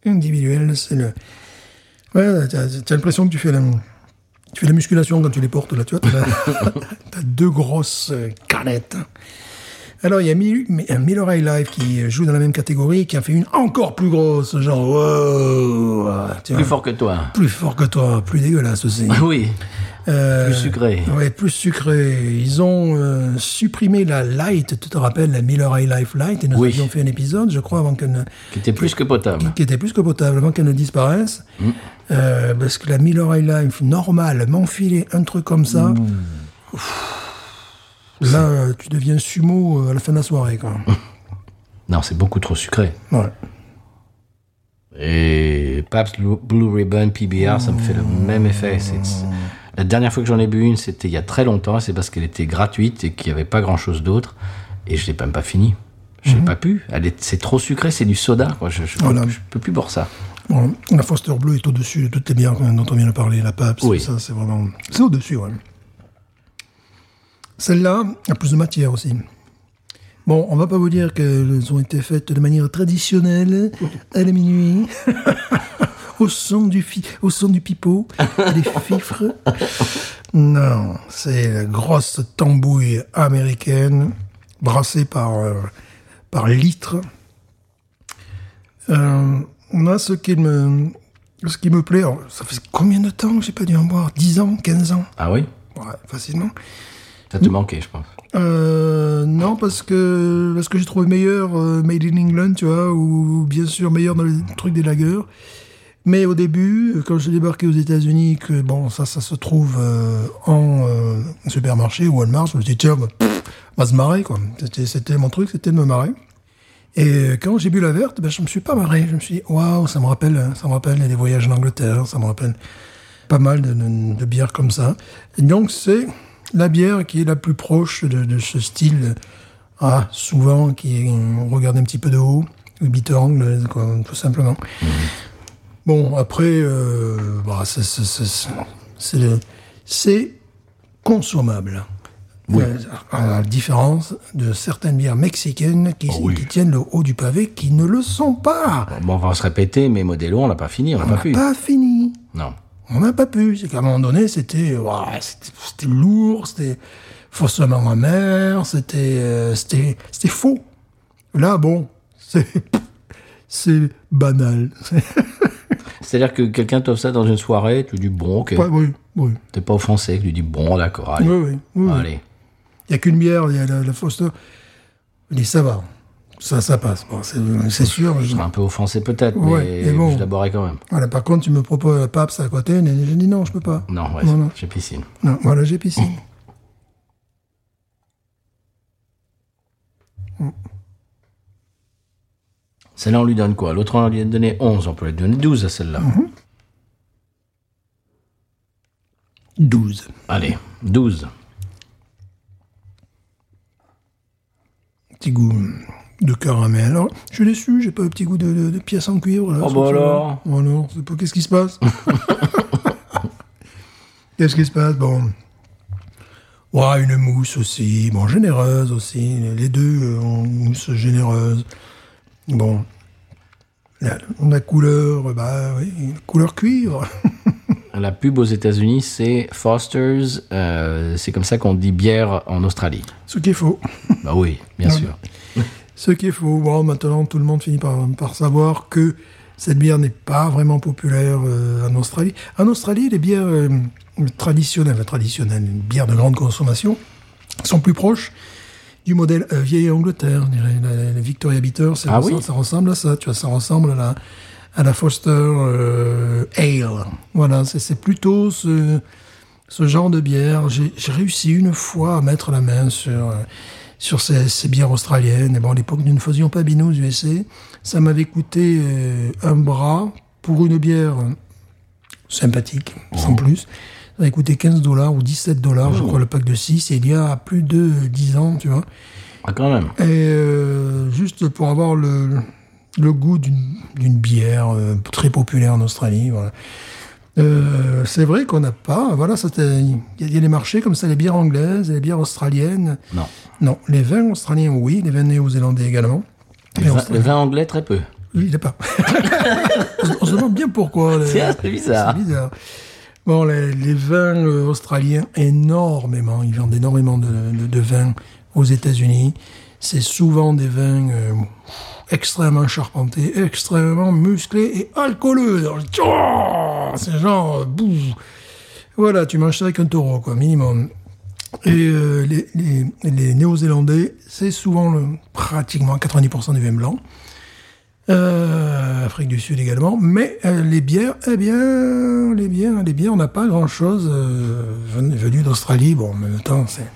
B: Individuelle, c'est le... Ouais, t'as t'as l'impression que tu fais la... Tu fais la musculation quand tu les portes, là, tu vois. T'as t'as deux grosses euh, canettes. Alors, il y a Mil- Mi- euh, Miller High Life qui joue dans la même catégorie, qui a fait une encore plus grosse, genre, wow, tu vois.
A: Plus fort que toi.
B: Plus fort que toi, plus dégueulasse aussi.
A: Oui.
B: Euh,
A: Plus sucré.
B: Ouais, plus sucré. Ils ont euh, supprimé la light, tu te rappelles, la Miller High Life Light, et nous
A: Oui. Ah
B: avions fait un épisode, je crois, avant qu'elle ne-
A: Qui était plus que potable.
B: qui était plus que potable, avant qu'elle ne disparaisse.
A: Mm.
B: Euh, parce que la Miller High Life normale, m'enfiler un truc comme ça,
A: Mm.
B: ouf. là, euh, tu deviens sumo euh, à la fin de la soirée, quoi.
A: Non, c'est beaucoup trop sucré.
B: Ouais.
A: Et Pabst Blue, Blue Ribbon PBR, ça me fait le même effet. C'est- c'est- La dernière fois que j'en ai bu une, c'était il y a très longtemps. C'est parce qu'elle était gratuite et qu'il n'y avait pas grand-chose d'autre. Et je l'ai même pas fini. Je n'ai pas pu. Elle est- C'est trop sucré, c'est du soda. quoi. Je ne
B: Mhm. Voilà.
A: peux plus boire ça.
B: Bon, la Foster Bleu est au-dessus de toutes les bières qu'on- dont on vient de parler, la Pabst,
A: Oui.
B: ça c'est vraiment... C'est au-dessus, ouais. Celle-là a plus de matière aussi. Bon, on va pas vous dire qu'elles ont été faites de manière traditionnelle, à la minuit, au son du, fi- au son du pipeau, des fifres. Non, c'est la grosse tambouille américaine, brassée par, euh, par litre. Euh, moi, ce qui me, ce qui me plaît, alors, ça fait combien de temps que j'ai pas dû en boire 10 ans, 15 ans
A: Ah oui
B: Ouais, facilement.
A: Ça te manquait, je pense.
B: Euh, non, parce que, parce que j'ai trouvé meilleur euh, Made in England, tu vois, ou bien sûr meilleur dans le truc des lagers. Mais au début, euh, quand j'ai débarqué aux États-Unis, que bon, ça, ça se trouve euh, en euh, supermarché ou Walmart, je me suis dit, tiens, bah, pff, on va se marrer, quoi. C'était- C'était mon truc, c'était de me marrer. Et euh, quand j'ai bu la verte, ben, je me suis pas marré. Je me suis dit, waouh, ça me rappelle, euh, ça me rappelle les voyages en Angleterre, ça me rappelle pas mal de, de- de bières comme ça. Et donc, c'est la bière qui est la plus proche de, de ce style, euh, ah, souvent, qui est euh, regardé un petit peu de haut, le bitter angle, quoi, tout simplement. Bon, après, euh, bah, c'est- c'est- c'est- c'est- c'est le- c'est consommable. Euh, à la différence de certaines bières mexicaines
A: Ah
B: qui, qui tiennent le haut du pavé, qui ne le sont pas.
A: Bon, on va se répéter, mais Modelo, on l'a pas fini, on l'a
B: On
A: pas
B: n'a
A: pu.
B: pas fini.
A: Non.
B: On n'a pas pu. C'est qu'à un moment donné, c'était ouah, c'était- c'était lourd, c'était faussement amer, c'était euh, c'était c'était faux. Là, bon, c'est c'est banal. C'est-
A: C'est-à-dire que quelqu'un t'offre ça dans une soirée, tu dis bon, ok.
B: Ouais, oui, oui,
A: T'es pas offensé, tu dis bon, d'accord,
B: oui,
A: allez.
B: oui, oui.
A: allez.
B: Il n'y a qu'une bière, il y a la, la Foster. Il dit ça va, ça ça passe. Bon, c'est c'est sûr.
A: Je
B: je-
A: serais un peu offensé peut-être,
B: Ouais, mais
A: mais
B: bon.
A: je la boirais quand même.
B: Voilà, par contre, tu me proposes la Pabst à côté, et je dis non, je peux pas.
A: Non, ouais,
B: Non, non.
A: j'ai piscine.
B: Non, voilà, j'ai piscine.
A: Celle-là, on lui donne quoi L'autre, on lui a donné 11. On peut lui donner 12 à celle-là.
B: Mhm. 12.
A: Allez, 12.
B: petit goût de caramel. Alors, je suis déçu, j'ai pas le petit goût de, de, de pièce en cuivre. Là,
A: Oh,
B: sur
A: bah
B: celle-là.
A: alors.
B: Oh non, c'est pas- qu'est-ce qui se passe Qu'est-ce qui se passe Bon. Ouais, une mousse aussi, bon, généreuse aussi. Les deux euh, ont une mousse généreuse. Bon. La, la couleur, bah oui, couleur cuivre.
A: La pub aux États-Unis, c'est Foster's. euh, c'est comme ça qu'on dit bière en Australie.
B: Ce qui est faux.
A: Bah oui, bien sûr.
B: Ce qui est faux. Bon, maintenant, tout le monde finit par, par savoir que cette bière n'est pas vraiment populaire euh, en Australie. En Australie, les bières euh, traditionnelles, enfin, traditionnelles, une bière de grande consommation, sont plus proches du modèle euh, vieille Angleterre, on dirait. La, la Victoria Bitter, ça,
A: Ah
B: ressemble-
A: oui
B: ça ressemble à ça, tu vois, ça ressemble à la, à la Foster euh, Ale. Voilà, c'est- c'est plutôt ce, ce genre de bière. J'ai j'ai réussi une fois à mettre la main sur, euh, sur ces, ces bières australiennes. Et bon, à l'époque, nous ne faisions pas Binous USC. Ça m'avait coûté euh, un bras pour une bière sympathique, sans plus. Ça a coûté 15 dollars ou 17 dollars, je crois, le pack de 6, et il y a plus de 10 ans, tu vois.
A: Ah, quand même.
B: Et euh, juste pour avoir le, le goût d'une d'une bière euh, très populaire en Australie, voilà. Euh, c'est vrai qu'on n'a pas. Voilà, c'était- il y, a- il y a des marchés comme ça, les bières anglaises, et les bières australiennes.
A: Non.
B: Non, les vins australiens, oui, les vins néo-zélandais également.
A: Le
B: Mais
A: vin,
B: australien-
A: le vin anglais, très peu.
B: oui, il est pas. on, se, on se demande bien pourquoi. les-
A: C'est assez bizarre.
B: C'est bizarre. Bon, les, les vins euh, australiens, énormément. Ils vendent énormément de, de- de vins aux États-Unis. C'est souvent des vins euh, extrêmement charpentés, extrêmement musclés et alcooleux. Alors, oh, C'est genre, euh, bouh. Voilà, tu manges ça avec un taureau, quoi, minimum. Et euh, les, les- les Néo-Zélandais, c'est souvent le- pratiquement 90% des vins blancs. Euh, Afrique du Sud également, mais euh, les bières, eh bien, les bières, les bières, on n'a pas grand-chose euh, ven- venu d'Australie. Bon, en même temps, c'est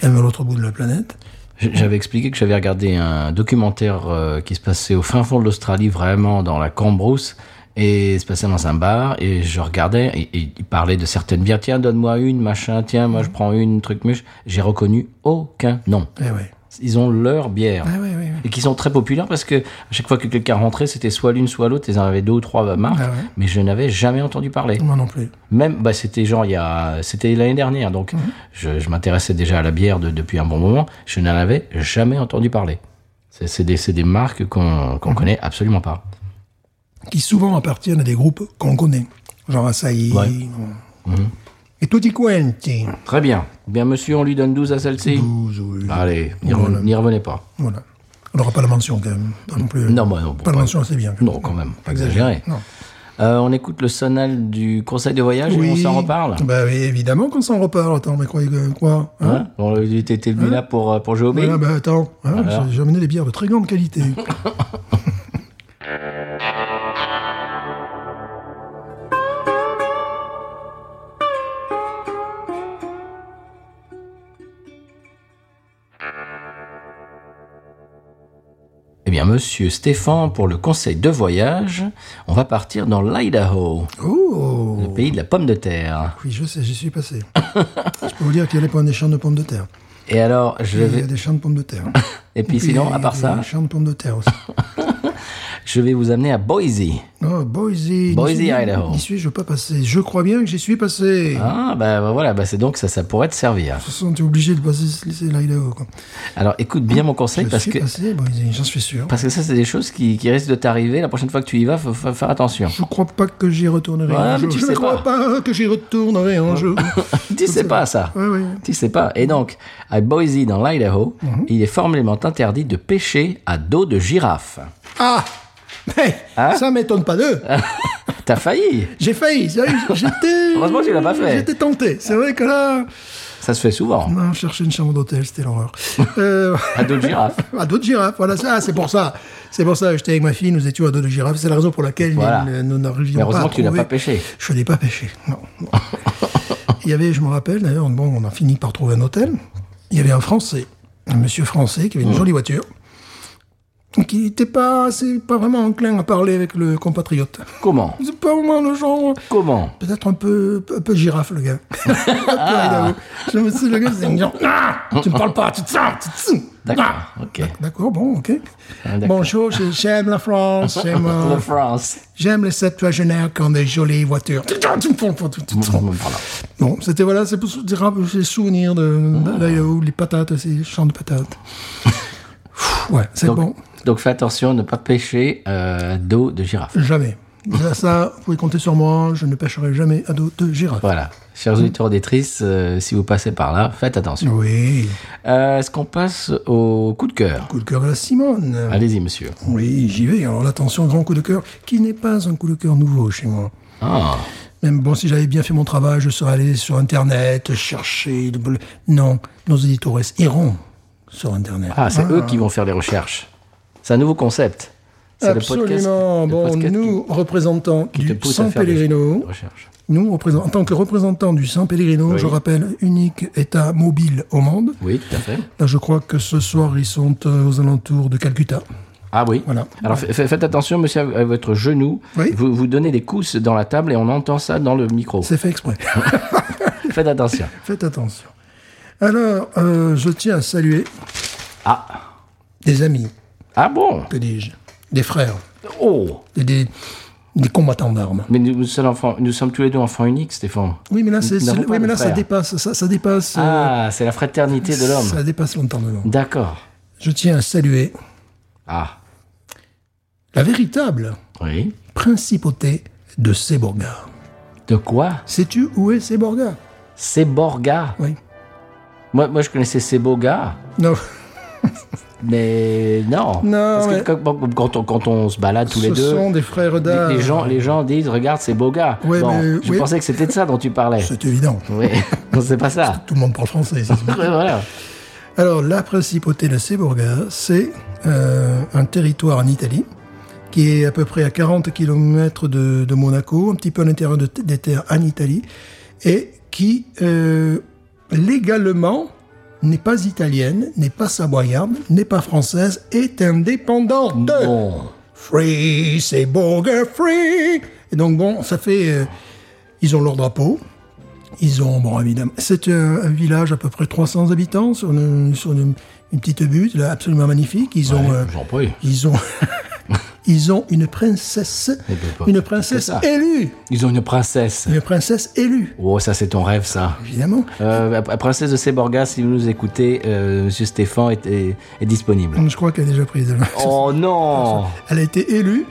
B: quand même à l'autre bout de la planète.
A: J- J'avais expliqué que j'avais regardé un documentaire euh, qui se passait au fin fond de l'Australie, vraiment dans la cambrousse, et il se passait dans un bar, et je regardais, et, et il parlait de certaines bières, tiens, donne-moi une, machin, tiens, moi je prends une, truc mûche. J'ai reconnu aucun nom.
B: Eh ouais.
A: Ils ont leur bière.
B: Ah ouais, ouais, ouais.
A: Et qui sont très populaires parce que à chaque fois que quelqu'un rentrait, c'était soit l'une, soit l'autre, ils en avaient deux ou trois marques,
B: Ah ouais.
A: mais je n'avais jamais entendu parler.
B: Moi non plus.
A: Même, bah, c'était genre il y a, c'était l'année dernière, donc
B: Mhm.
A: je, je m'intéressais déjà à la bière de- depuis un bon moment. Je n'en avais jamais entendu parler. C'est, c'est des, c'est des marques qu'on
B: Mhm.
A: qu'on connaît absolument pas.
B: Qui souvent appartiennent à des groupes qu'on connaît, genre Asahi.
A: Ouais. Mhm.
B: euh, Et Tutti Quanti.
A: Très bien. Eh Bien, monsieur, on lui donne 12 à celle-ci.
B: Douze, oui.
A: Allez, n'y reven-
B: Voilà.
A: n'y revenez pas.
B: Voilà. On n'aura pas la mention quand même. Pas non plus.
A: Non, bah, non, bon,
B: pas la
A: pas-
B: mention, c'est bien.
A: Non, quand même, pas exagéré.
B: Non.
A: Euh, on écoute le sonal du conseil de voyage et on s'en reparle.
B: Bah oui, évidemment qu'on s'en reparle. Attends, mais croyez que quoi hein
A: Hein on était venu là pour, euh, pour jouer au billes
B: Voilà, bah attends, hein, j'ai- j'ai amené des bières de très grande qualité.
A: Eh bien, monsieur Stéphane, pour le conseil de voyage, on va partir dans l'Idaho,
B: Oh
A: le pays de la pomme de terre.
B: Oui, je sais, j'y suis passé. je peux vous dire qu'il y a des champs de pommes de terre.
A: Et alors, je
B: Il y
A: vais.
B: a des champs de pommes de terre.
A: Et puis
B: il
A: sinon,
B: y a-
A: à part
B: il y a
A: ça,
B: Des champs de pommes de terre aussi.
A: je vais vous amener à Boise.
B: Oh, Boise. n'y
A: Boise,
B: suis-
A: Idaho.
B: N'y suis-je pas passé Je crois bien que j'y suis passé.
A: Ah, ben voilà, bah, c'est donc ça, ça pourrait te servir.
B: De toute façon, t'es obligé de passer ce lycée là, Idaho. Quoi.
A: Alors, écoute bien mon conseil
B: Je
A: parce
B: suis
A: que
B: passé à Boise, j'en suis sûr.
A: parce que ça, c'est des choses qui, qui risquent de t'arriver. La prochaine fois que tu y vas, faut, faut faire attention.
B: Je crois pas que j'y retournerai
A: Ouais,
B: un
A: mais
B: jour.
A: tu
B: je
A: sais
B: ne crois pas que j'y retournerai un jour.
A: tu sais pas ça.
B: Ouais, ouais.
A: Tu sais pas. Et donc, à Boise, dans l'Idaho,
B: Mhm.
A: il est formellement interdit de pêcher à dos de girafe.
B: Ah Mais
A: Hein
B: ça m'étonne pas d'eux.
A: T'as failli.
B: J'ai failli, c'est vrai que j'étais.
A: Heureusement que tu l'as pas fait.
B: J'étais tenté. C'est vrai que là,
A: Ça se fait souvent.
B: on cherchait une chambre d'hôtel, c'était l'horreur. Euh,
A: À dos de girafe.
B: à dos de girafe, voilà ça, c'est pour ça. C'est pour ça, j'étais avec ma fille, nous étions à dos de girafe, c'est la raison pour laquelle
A: Voilà.
B: nous- nous
A: Mais
B: n'arrivions pas.
A: heureusement
B: à
A: que tu n'as
B: trouver-
A: pas pêché.
B: Je n'ai pas pêché, non. non. Il y avait, je me rappelle d'ailleurs, bon, on a fini par trouver un hôtel. Il y avait un Français, un monsieur français qui avait une
A: Hmm.
B: jolie voiture, qui n'était pas, assez- pas vraiment enclin à parler avec le compatriote.
A: Comment
B: C'est pas vraiment le genre.
A: Comment
B: Peut-être un peu, un peu girafe, le gars. Un peu
A: Ah.
B: Idaho. Je me suis le gars, c'est une genre, ah, tu me parles pas, tu te sens, tu te sens.
A: D'accord,
B: Ah.
A: ok.
B: D'accord, bon, ok.
A: Ah, d'accord.
B: Bonjour, je- j'aime la France, j'aime, euh,
A: La France.
B: j'aime les septuagénaires qui ont des jolies voitures. Tu te sens, tu me parles pas, tu te sens. Bon, c'était voilà, c'est pour dire un peu les souvenirs de,
A: Ah.
B: de l'Idaho, les patates, ces champs de patates. Pff, ouais, c'est
A: Donc,
B: bon.
A: donc fais attention, ne pas pêcher euh, d'eau de girafe.
B: Jamais. Ça, ça, vous pouvez compter sur moi, je ne pêcherai jamais à dos de girafe.
A: Voilà. Chers
B: Mm.
A: auditeurs auditrices, euh, si vous passez par là, faites attention.
B: Oui,
A: Euh, Est-ce qu'on passe au coup de cœur
B: coup de cœur à la Simone.
A: Allez-y, monsieur.
B: Oui, j'y vais. Alors là, attention, grand coup de cœur, qui n'est pas un coup de cœur nouveau chez moi.
A: Ah,
B: Même bon, si j'avais bien fait mon travail, je serais allé sur Internet chercher. de bl- Non, nos éditeurs iront sur Internet.
A: Ah, c'est eux qui vont faire les recherches. C'est un nouveau concept. C'est le podcast-
B: Absolument.
A: le
B: bon,
A: podcast qui-
B: nous, représentants
A: qui te
B: du
A: pousse à
B: San
A: faire des
B: Pellegrino,
A: recherches.
B: nous, représent- en tant que représentants du San Pellegrino,
A: Oui.
B: je rappelle, unique État mobile au monde.
A: Oui, tout à fait.
B: Là, je crois que ce soir, ils sont euh, aux alentours de Calcutta.
A: Ah oui.
B: Voilà.
A: Alors fa- fa- faites attention, monsieur, à à votre genou.
B: Oui.
A: Vous, vous donnez des coups dans la table et on entend ça dans le micro.
B: C'est fait exprès.
A: Faites attention.
B: Faites attention. Alors, euh, je tiens à saluer
A: Ah,
B: des amis,
A: ah bon
B: que dis-je, des frères,
A: Oh
B: des, des, des combattants d'armes.
A: Mais nous, nous sommes enfants- nous sommes tous les deux enfants uniques, Stéphane.
B: Oui, mais là, c'est,
A: Nous
B: c'est-
A: n'avons pas
B: oui, mais
A: de
B: là ça
A: frères.
B: dépasse, ça, ça dépasse, euh,
A: Ah, c'est la fraternité de l'homme.
B: ça dépasse l'entendement.
A: D'accord.
B: Je tiens à saluer
A: Ah,
B: la véritable
A: oui.
B: principauté de Séborga.
A: De quoi
B: Sais-tu où est Séborga
A: C'est Borga.
B: Oui.
A: Moi, moi, je connaissais Seboga,
B: Non.
A: mais non.
B: Non,
A: Parce
B: mais-
A: que quand- quand, quand on, quand on se balade tous les
B: Ce
A: deux,
B: sont des frères d'armes.
A: les, les gens, les gens disent Regarde, c'est Boga.
B: Ouais,
A: bon,
B: mais-
A: je
B: oui.
A: pensais que c'était de ça dont tu parlais.
B: C'est évident.
A: Oui, non, c'est pas ça.
B: Tout le monde parle français. c'est sûr.
A: voilà.
B: Alors, la principauté de Séborga, c'est euh, un territoire en Italie qui est à peu près à 40 km de, de Monaco, un petit peu à l'intérieur de- des terres en Italie, et qui, euh, légalement, n'est pas italienne, n'est pas savoyarde, n'est pas française, est indépendante.
A: Bon.
B: Free, c'est Burger Free. Et donc bon, ça fait, euh, ils ont leur drapeau. Ils ont, bon évidemment, c'est un, un village à peu près 300 habitants sur une, sur une, une petite butte, là, absolument magnifique. Ils ont, euh,
A: J'en prie.
B: ils ont, ils ont une princesse,
A: Eh ben, pas-
B: une princesse
A: c'est ça.
B: élue,
A: Ils ont une princesse.
B: une princesse élue,
A: Oh, ça, c'est ton rêve, ça.
B: évidemment.
A: Euh, la- la princesse de Séborga, si vous nous écoutez, euh, Monsieur Stéphane est, est- est disponible.
B: Je crois qu'elle est déjà prise.
A: Oh non
B: Elle a été élue.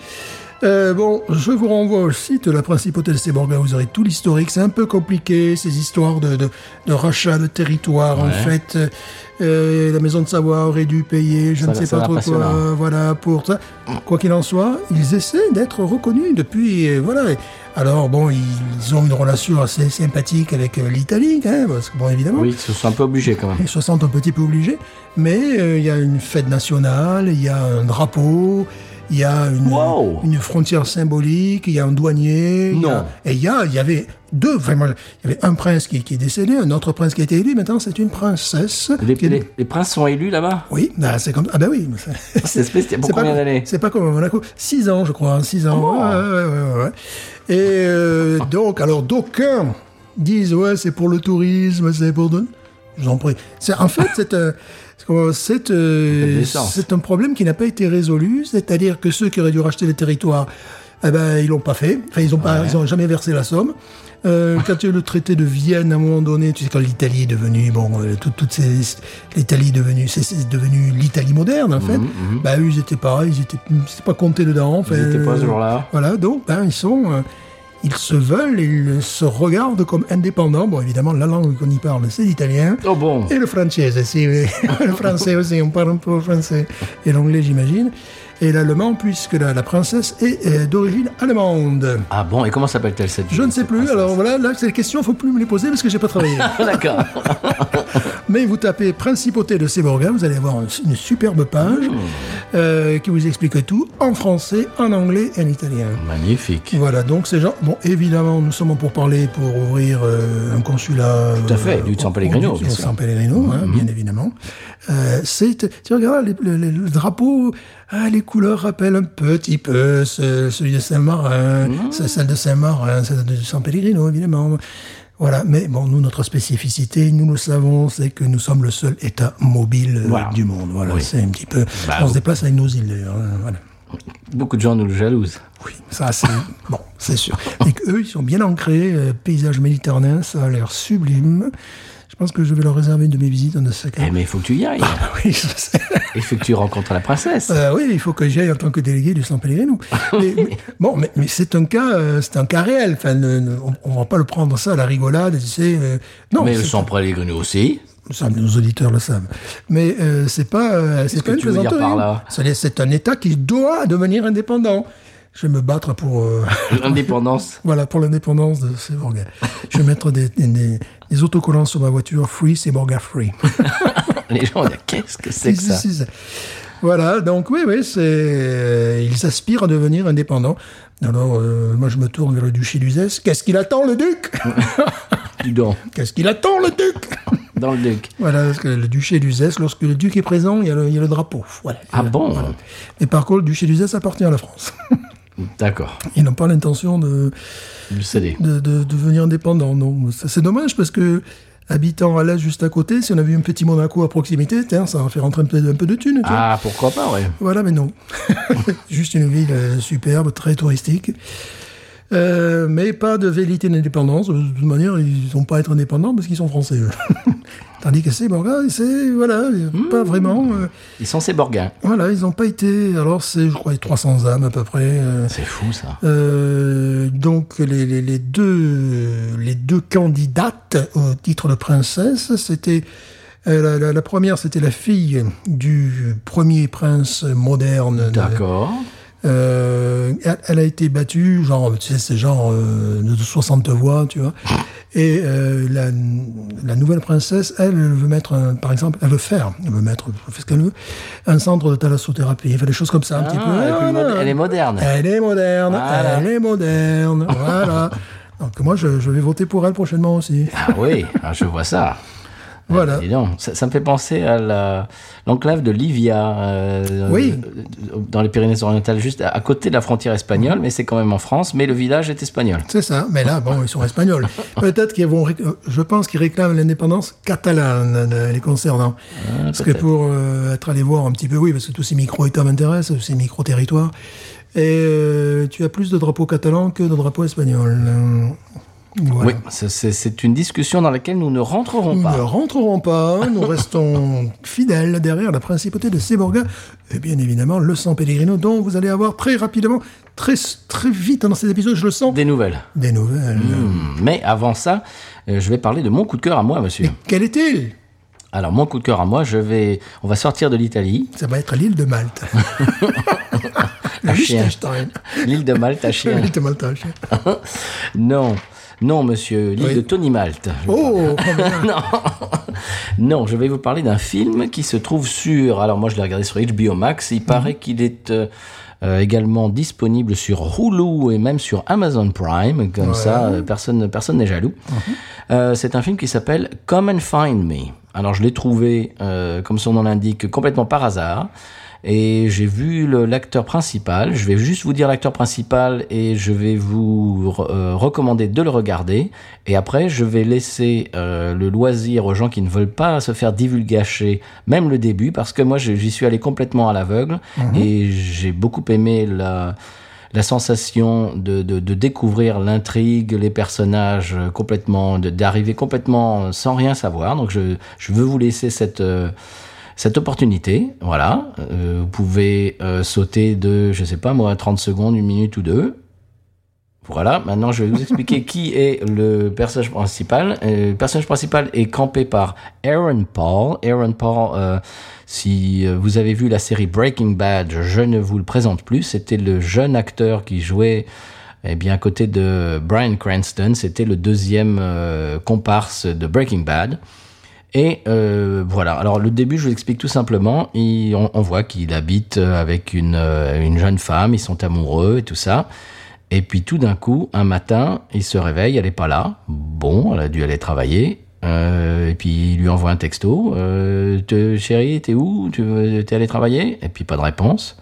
B: Euh, bon, je vous renvoie au site de la principauté de Séborga, vous aurez tout l'historique. C'est un peu compliqué, ces histoires de, de, de rachat de territoire, en fait. Euh, la maison de Savoie aurait dû payer, je
A: Ça
B: ne
A: va-
B: sais
A: ça
B: pas
A: va
B: trop quoi,
A: passionnant.
B: voilà, pour ça. Quoi qu'il en soit, ils essaient d'être reconnus depuis, euh, voilà. Alors, bon, ils ont une relation assez sympathique avec euh, l'Italie, hein, parce que, bon, évidemment.
A: Oui, ils se sont un peu obligés quand même.
B: Les 60 un petit peu obligé, mais euh, il y a une fête nationale, il y a un drapeau, il y a une,
A: Wow.
B: une frontière symbolique, il y a un douanier. il y a-
A: Non.
B: et il y a, il y avait deux, enfin, moi, il y avait un prince qui, qui est décédé, un autre prince qui a été élu, maintenant c'est une princesse.
A: Les,
B: qui est-
A: les- les princes sont élus là-bas
B: Oui, bah, c'est comme, ah ben oui. mais c'est-
A: C'est spécial. Pour
B: c'est pas
A: combien
B: comme-
A: d'années Ah
B: C'est pas comme à Monaco. 6 ans, je crois. 6 ans.
A: bon
B: Ouais, ouais, ouais, ouais, ouais. Et euh, donc, alors, d'aucuns disent Ouais, c'est pour le tourisme, c'est pour. de- Je vous en prie. C'est- En fait, c'est un. c'est comment- C'est euh,
A: décence.
B: c'est un problème qui n'a pas été résolu, c'est-à-dire que ceux qui auraient dû racheter les territoires, eh ben, ils l'ont pas fait. Enfin, ils ont pas, ils ont jamais versé la somme. Euh, quand il y a eu le traité de Vienne, à un moment donné, tu sais, quand l'Italie est devenue, bon, euh, tout- toutes ces, l'Italie est devenue, c'est- c'est devenu l'Italie moderne, en fait, bah, eux, ils étaient pareils, ils étaient, ils étaient pas comptés dedans, enfin.
A: Mmh, Ils étaient pas ce
B: euh,
A: jour-là.
B: Voilà, donc, ben, ils sont, euh, ils se veulent, ils se regardent comme indépendants. Bon, évidemment, la langue qu'on y parle, c'est l'italien.
A: Oh bon
B: Et le français, si, oui. le français aussi, on parle un peu français. Et l'anglais, j'imagine. Et l'allemand, puisque la, la princesse est euh, d'origine allemande.
A: Ah bon, et comment s'appelle-t-elle cette
B: Je ne sais plus, alors voilà, là, c'est la question, faut plus me les poser parce que j'ai pas travaillé.
A: D'accord.
B: Mais vous tapez Principauté de Séborga, vous allez avoir un- une superbe page euh, qui vous explique tout en français, en anglais et en italien.
A: Magnifique.
B: Voilà, donc ces gens, bon, évidemment, nous sommes en pour parler pour ouvrir euh, un consulat.
A: Tout à fait,
B: euh,
A: du
B: au-
A: San
B: au-
A: Pellegrino,
B: du
A: bien sûr. Mhm.
B: San Pellegrino, hein, bien évidemment. Euh, c'est, tu regardes les- le, le- le drapeau, ah, les couleurs rappellent un petit peu ce- celui de Saint-Marin,
A: Mhm.
B: c'est celle de Saint-Marin, celle de San Pellegrino, évidemment. Voilà, mais bon, nous, notre spécificité, nous le savons, c'est que nous sommes le seul État mobile euh,
A: Voilà.
B: du monde. Voilà,
A: Oui.
B: c'est un petit peu.
A: Bah,
B: on se
A: oui.
B: déplace avec nos îles, d'ailleurs, hein, voilà.
A: Beaucoup de gens nous le jalousent.
B: Oui, ça c'est bon, c'est sûr. Et eux, ils sont bien ancrés. euh, paysage méditerranéen, ça a l'air sublime. Je pense que je vais leur réserver une de mes visites en de ces cas.
A: Eh mais il faut que tu y ailles.
B: Oui, je sais.
A: Il faut que tu rencontres la princesse.
B: Euh, oui, il faut que j'aille en tant que délégué du San Pellegrino.
A: Ah
B: Mais- mais- bon, mais, mais c'est un cas, euh, c'est un cas réel. Enfin, ne- ne- on- on, va pas le prendre ça à la rigolade. Tu sais, euh, non,
A: mais le
B: c'est-
A: sang Pellegrino aussi.
B: ça, nos auditeurs le savent. Mais euh, c'est pas, euh, c'est
A: que
B: pas une
A: tu veux dire
B: plaisanterie.
A: par là
B: C'est- C'est un État qui doit devenir indépendant. Je vais me battre pour. euh,
A: L'indépendance.
B: Voilà, pour l'indépendance de Séborga. Je vais mettre des, des, des- des autocollants sur ma voiture. Free, Séborga Free.
A: Les gens disent qu'est-ce que c'est que
B: Si,
A: ça
B: si, si. Voilà, donc oui, oui, c'est, euh, ils aspirent à devenir indépendants. Alors, euh, moi, je me tourne vers le duché d'Uzès. Qu'est-ce qu'il attend, le duc
A: Du don.
B: Qu'est-ce qu'il attend, le duc
A: Dans le duc.
B: Voilà, parce que le duché d'Uzès, lorsque le duc est présent, il y a le, il y a le drapeau. Voilà.
A: Ah bon
B: Mais par contre, le duché d'Uzès appartient à la France.
A: D'accord.
B: Ils n'ont pas l'intention de,
A: Le CD.
B: de, de- de devenir indépendants, non. Ça, C'est dommage parce que, habitant à l'est juste à côté, si on avait eu un petit Monaco à proximité, tiens, ça aurait fait rentrer un peu, un peu de thunes. tu vois.
A: Ah, pourquoi pas, ouais.
B: Voilà, mais non. Juste une ville euh, superbe, très touristique. Euh, mais pas de vérité d'indépendance. De toute manière, ils n'ont pas à être indépendants parce qu'ils sont français. eux. Tandis que c'est Borga, c'est voilà, pas vraiment. euh,
A: Ils sont ces Borgins.
B: voilà, ils n'ont pas été. Alors c'est, je crois, 300 âmes à peu près. euh,
A: C'est fou, ça.
B: euh, donc les, les- les deux les deux candidates au titre de princesse, c'était euh, la, la- la première, c'était la fille du premier prince moderne. de-
A: D'accord.
B: euh, elle, elle a été battue, genre, tu sais, c'est genre euh, de 60 voix, tu vois. Et euh, la, la nouvelle princesse, elle, elle veut mettre, un- par exemple, elle veut faire, elle veut mettre, elle fait ce qu'elle veut, un centre de thalassothérapie, enfin, des choses comme ça, un petit peu.
A: Ah, elle, est plus
B: Voilà.
A: mode- elle est moderne.
B: Elle est moderne,
A: Voilà.
B: elle est moderne, voilà. Donc moi, je, je vais voter pour elle prochainement aussi.
A: Ah oui, ah, je vois ça.
B: Voilà.
A: Dis donc, ça, ça me fait penser à la- l'enclave de Livia, euh,
B: Oui.
A: euh, dans les Pyrénées-Orientales, juste à, à côté de la frontière espagnole, mais c'est quand même en France, mais le village est espagnol.
B: C'est ça, mais là, bon, ils sont espagnols. Peut-être qu'ils vont, réc- euh, je pense qu'ils réclament l'indépendance catalane, euh, les concernant.
A: Ah,
B: parce que pour euh, être allé voir un petit peu, oui, parce que tous ces micro-États m'intéressent, tous ces micro-territoires. Et euh, tu as plus de drapeaux catalans que de drapeaux espagnols. Euh, Voilà.
A: Oui, c'est- c'est c'est une discussion dans laquelle nous ne rentrerons
B: Nous ne
A: pas.
B: rentrerons pas, nous restons fidèles derrière la principauté de Séborga et bien évidemment le sang Pellegrino dont vous allez avoir très rapidement, très, très vite dans ces épisodes, je le sens, des,
A: Des nouvelles.
B: nouvelles.
A: Hmm, Mais avant ça, euh, je vais parler de mon coup de cœur à moi, monsieur.
B: Quel est-il
A: Alors, mon coup de cœur à moi, je vais... on va sortir de l'Italie,
B: Ça va être l'île de Malte. le
A: chien.
B: Liechtenstein.
A: l'île de Malte à Chien.
B: L'île de Malte. le chien.
A: Non, non, monsieur, l'île
B: Oui.
A: de Tony Malte.
B: Oh, oh, bien.
A: non. non, je vais vous parler d'un film qui se trouve sur. Alors, moi, je l'ai regardé sur HBO Max. Il paraît qu'il est euh, euh, également disponible sur Hulu et même sur Amazon Prime. Comme ça, euh, personne personne n'est jaloux. Euh, C'est un film qui s'appelle Come and Find Me. Alors, je l'ai trouvé, euh, comme son nom l'indique, complètement par hasard. Et j'ai vu le- l'acteur principal. Je vais juste vous dire l'acteur principal et je vais vous re- euh, recommander de le regarder. Et après, je vais laisser euh, le loisir aux gens qui ne veulent pas se faire divulgacher, même le début, parce que moi, je- j'y suis allé complètement à l'aveugle et j'ai beaucoup aimé la la sensation de, de, de découvrir l'intrigue, les personnages euh, complètement, de- d'arriver complètement euh, sans rien savoir. Donc je, je veux vous laisser cette, euh, cette opportunité. Voilà. Euh, vous pouvez euh, sauter de, je sais pas moi, 30 secondes, une minute ou deux. Voilà, maintenant je vais vous expliquer qui est le personnage principal. Euh, le personnage principal est campé par Aaron Paul. Aaron Paul, euh, si euh, vous avez vu la série Breaking Bad, je ne vous le présente plus. C'était le jeune acteur qui jouait eh bien, à côté de Brian Cranston. C'était le deuxième euh, comparse de Breaking Bad. Et euh, voilà. Alors le début, je vous explique tout simplement. Il- on, on voit qu'il habite euh, avec une, euh, une jeune femme. Ils sont amoureux et tout ça. Et puis tout d'un coup, un matin, il se réveille. Elle est pas là. Bon, elle a dû aller travailler. Euh, et puis il lui envoie un texto. Euh, Te- chérie, t'es où Tu veux- T'es allé travailler Et puis pas de réponse.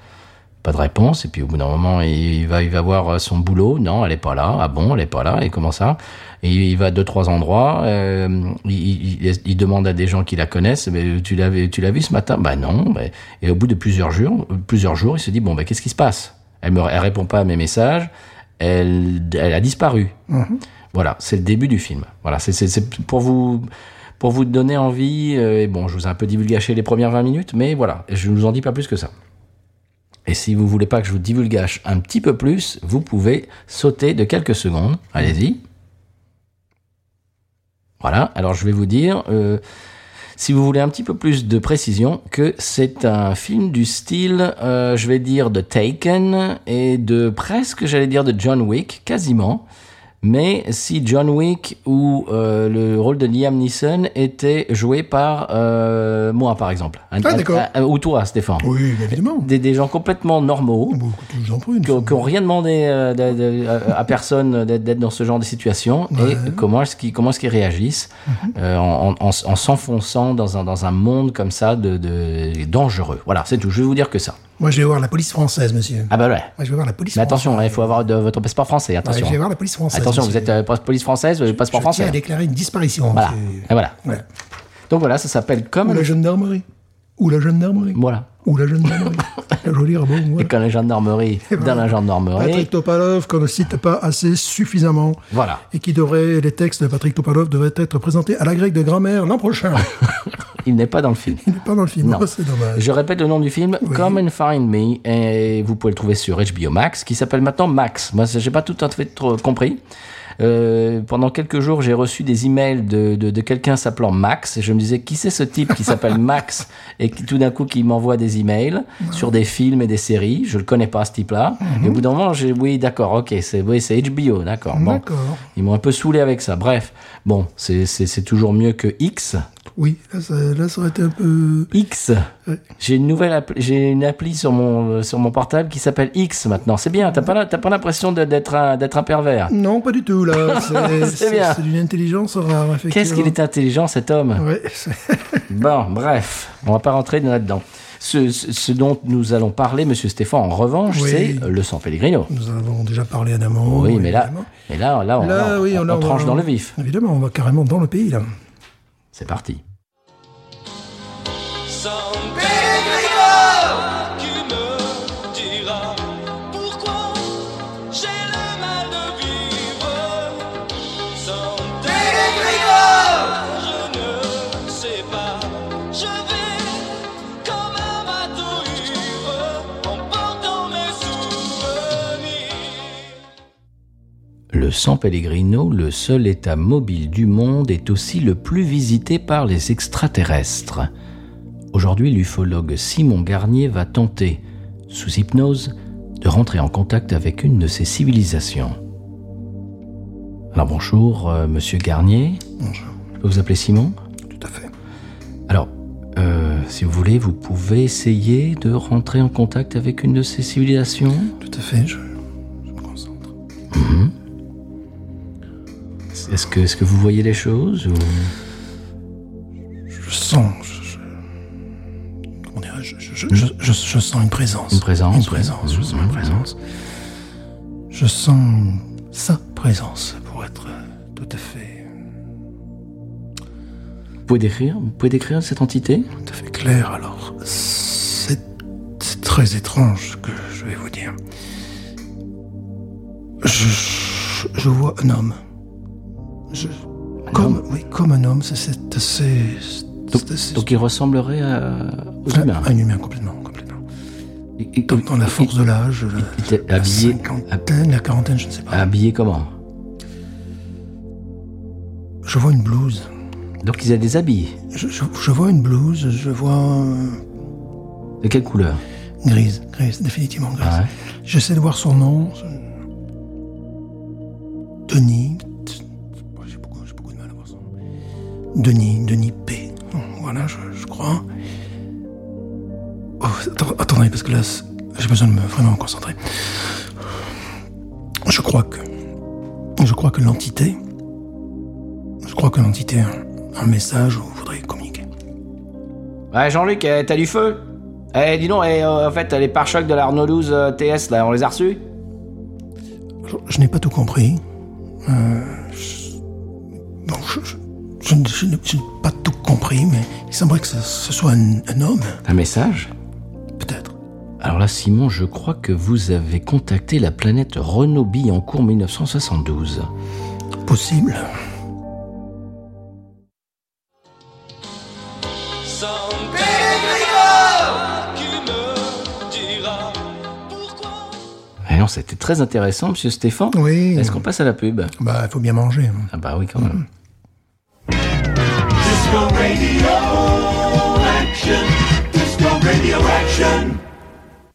A: Pas de réponse. Et puis au bout d'un moment, il va, il va voir euh, son boulot. Non, elle est pas là. Ah bon, elle est pas là. Et comment ça Et il va à deux trois endroits. euh, il, il- il- il demande à des gens qui la connaissent. Mais tu l'as, vu- tu l'as vu ce matin Bah non. mais- Et au bout de plusieurs jours, plusieurs jours, il se dit bon, bah qu'est-ce qui se passe Elle me, elle répond pas à mes messages. Elle, elle a disparu. Voilà, c'est le début du film. Voilà, c'est- c'est c'est pour vous pour vous donner envie. euh, et bon, je vous ai un peu divulgaché les premières 20 minutes, mais voilà, je ne vous en dis pas plus que ça. Et si vous voulez pas que je vous divulgage un petit peu plus, vous pouvez sauter de quelques secondes. Allez-y. Voilà. Alors je vais vous dire, euh, si vous voulez un petit peu plus de précision, que c'est un film du style, euh, je vais dire, de Taken et de presque, j'allais dire, de John Wick, quasiment. Mais si John Wick ou euh, le rôle de Liam Neeson était joué par euh, moi, par exemple, Un-
B: Ah, d'accord.
A: un- un- ou toi, Stéphane,
B: Oui, bien évidemment.
A: des, des gens complètement normaux
B: Bon, écoute, je vous en prie, une
A: qui ont- qui ont rien demandé euh, d'a- d'a- à, à personne d'être d'être dans ce genre de situation et comment est-ce qu'ils comment est-ce qu'ils réagissent
B: Mhm.
A: euh, en, en- en s- en s'enfonçant dans un dans un monde comme ça de, de dangereux. Voilà, c'est tout. Je vais vous dire que ça.
B: Moi, je vais voir la police française, monsieur.
A: Ah bah ouais.
B: Moi, je vais voir la police
A: Mais
B: française.
A: attention, il faut avoir de, votre passeport français,
B: Ouais,
A: attention. hein.
B: je vais voir la police française.
A: attention, vous
B: monsieur.
A: êtes euh, police française, euh, passeport
B: Je
A: français.
B: tiens à déclarer une disparition.
A: Voilà.
B: monsieur.
A: Et voilà.
B: Ouais.
A: Donc voilà, ça s'appelle comme
B: Ou la gendarmerie. Ou la gendarmerie.
A: Voilà.
B: Ou la gendarmerie. la jolie robe.
A: Et quand la gendarmerie, dans la gendarmerie,
B: Patrick Topalov qu'on ne cite pas assez suffisamment.
A: Voilà.
B: Et qui devrait, les textes de Patrick Topalov devraient être présentés à la grecque de grammaire l'an prochain.
A: il n'est pas dans le film.
B: Il n'est pas dans le film.
A: Non.
B: Oh, c'est dommage.
A: Je répète le nom du film, Come and Find Me, et vous pouvez le trouver sur HBO Max, qui s'appelle maintenant Max. Moi, ça, j'ai pas tout à fait trop compris. Euh, pendant quelques jours, j'ai reçu des emails de, de, de quelqu'un s'appelant Max, et je me disais, qui c'est ce type qui s'appelle Max, et qui tout d'un coup qui m'envoie des emails sur des films et des séries. Je le connais pas, ce type-là.
B: Mhm.
A: Et au bout d'un moment, j'ai, oui, d'accord, ok, c'est, oui, c'est HBO, d'accord. Bon.
B: D'accord.
A: Ils m'ont un peu saoulé avec ça. Bref, bon, c'est, c'est, c'est toujours mieux que X.
B: Oui, là ça, là, ça aurait été un peu.
A: X. J'ai une nouvelle appli, j'ai une appli sur mon sur mon portable qui s'appelle X maintenant. C'est bien. T'as pas la- t'as pas l'impression de- d'être un d'être un pervers.
B: Non, pas du tout, là. C'est c'est-
A: bien.
B: c'est d'une intelligence rare, effectivement.
A: Qu'est-ce qu'il est intelligent cet homme.
B: Ouais, c'est-
A: Bon, bref, on va pas rentrer là-dedans. Ce, ce, ce dont nous allons parler, Monsieur Stéphane, en revanche,
B: Oui.
A: c'est le San Pellegrino.
B: Nous en avons déjà parlé à Namur.
A: Oui, mais là,
B: évidemment.
A: mais là, là, on,
B: Là,
A: on-
B: oui,
A: on-
B: là,
A: on
B: on va-
A: tranche dans le vif.
B: Évidemment, on va carrément dans le pays, là.
A: C'est parti.
C: San Pellegrino qui me dira pourquoi j'ai le mal de vivre. San Pellegrino, je ne sais pas. Je vais comme un bateau ivre en portant mes souvenirs.
A: Le San Pellegrino, le seul état mobile du monde, est aussi le plus visité par les extraterrestres. Aujourd'hui, l'ufologue Simon Garnier va tenter, sous hypnose, de rentrer en contact avec une de ces civilisations. Alors bonjour, euh, monsieur Garnier.
B: Bonjour.
A: Je peux vous appeler Simon
B: Tout à fait.
A: Alors, euh, si vous voulez, vous pouvez essayer de rentrer en contact avec une de ces civilisations
B: Tout à fait, je, je me concentre.
A: Est-ce que, est-ce que vous voyez les choses ou-
B: Je sens. Je, je- comment dirais-je je, je- je- je- je sens une présence.
A: Une présence,
B: Une
A: oui.
B: présence. Je
A: Mhm.
B: sens une présence. Je sens sa présence, pour être tout à fait,
A: Vous pouvez décrire, vous pouvez décrire cette entité
B: tout à fait clair. Alors, c'est c'est très étrange ce que je vais vous dire. Je, je- je vois un homme. Je- comme, Oui, comme un homme. C'est- C'est assez. c'est
A: Donc,
B: assez-
A: donc il ressemblerait à, aux
B: Un-
A: humains.
B: Un humain complètement, complètement.
A: Il- il-
B: Ah, Dans, dans la
A: il-
B: force de l'âge, la,
A: il était
B: la
A: habillé-
B: cinquantaine, la quarantaine, je ne sais
A: il-
B: pas.
A: Habillé comment
B: Je vois une blouse.
A: Donc il a des habits.
B: Je, je- je vois une blouse, je vois euh,
A: De quelle couleur
B: grise, grise, définitivement grise.
A: Ah ouais.
B: J'essaie de voir son nom. je- Denis. J'ai beaucoup, j'ai beaucoup de mal à voir son nom. Denis, Denis P. Voilà, je, je crois. Oh, atten- attendez, parce que là, c'est- j'ai besoin de me vraiment me concentrer. Je crois que. Je crois que l'entité. Je crois que l'entité a un- un message où voudrait communiquer.
A: Ouais, Jean-Luc, euh, t'as du feu Eh, dis donc, eh, euh, en fait, les pare-chocs de la Renault 12 euh, TS, là, on les a reçus
B: Je, je n'ai pas tout compris. Euh, je- bon, je, je- je ne- je n'ai je n'ai pas tout compris, mais il semblerait que ce, ce soit un, un homme,
A: Un message
B: peut-être.
A: Alors là, Simon, je crois que vous avez contacté la planète Renault Billancourt 1972.
B: Possible.
C: San Pellegrino qui me dira pourquoi.
A: Alors, Eh, c'était très intéressant, monsieur Stéphane.
B: Oui. Mm-hmm.
A: Est-ce qu'on passe à la pub
B: Bah, il faut bien manger.
A: Ah bah oui, quand même.
D: Disco radio action. Disco radio action.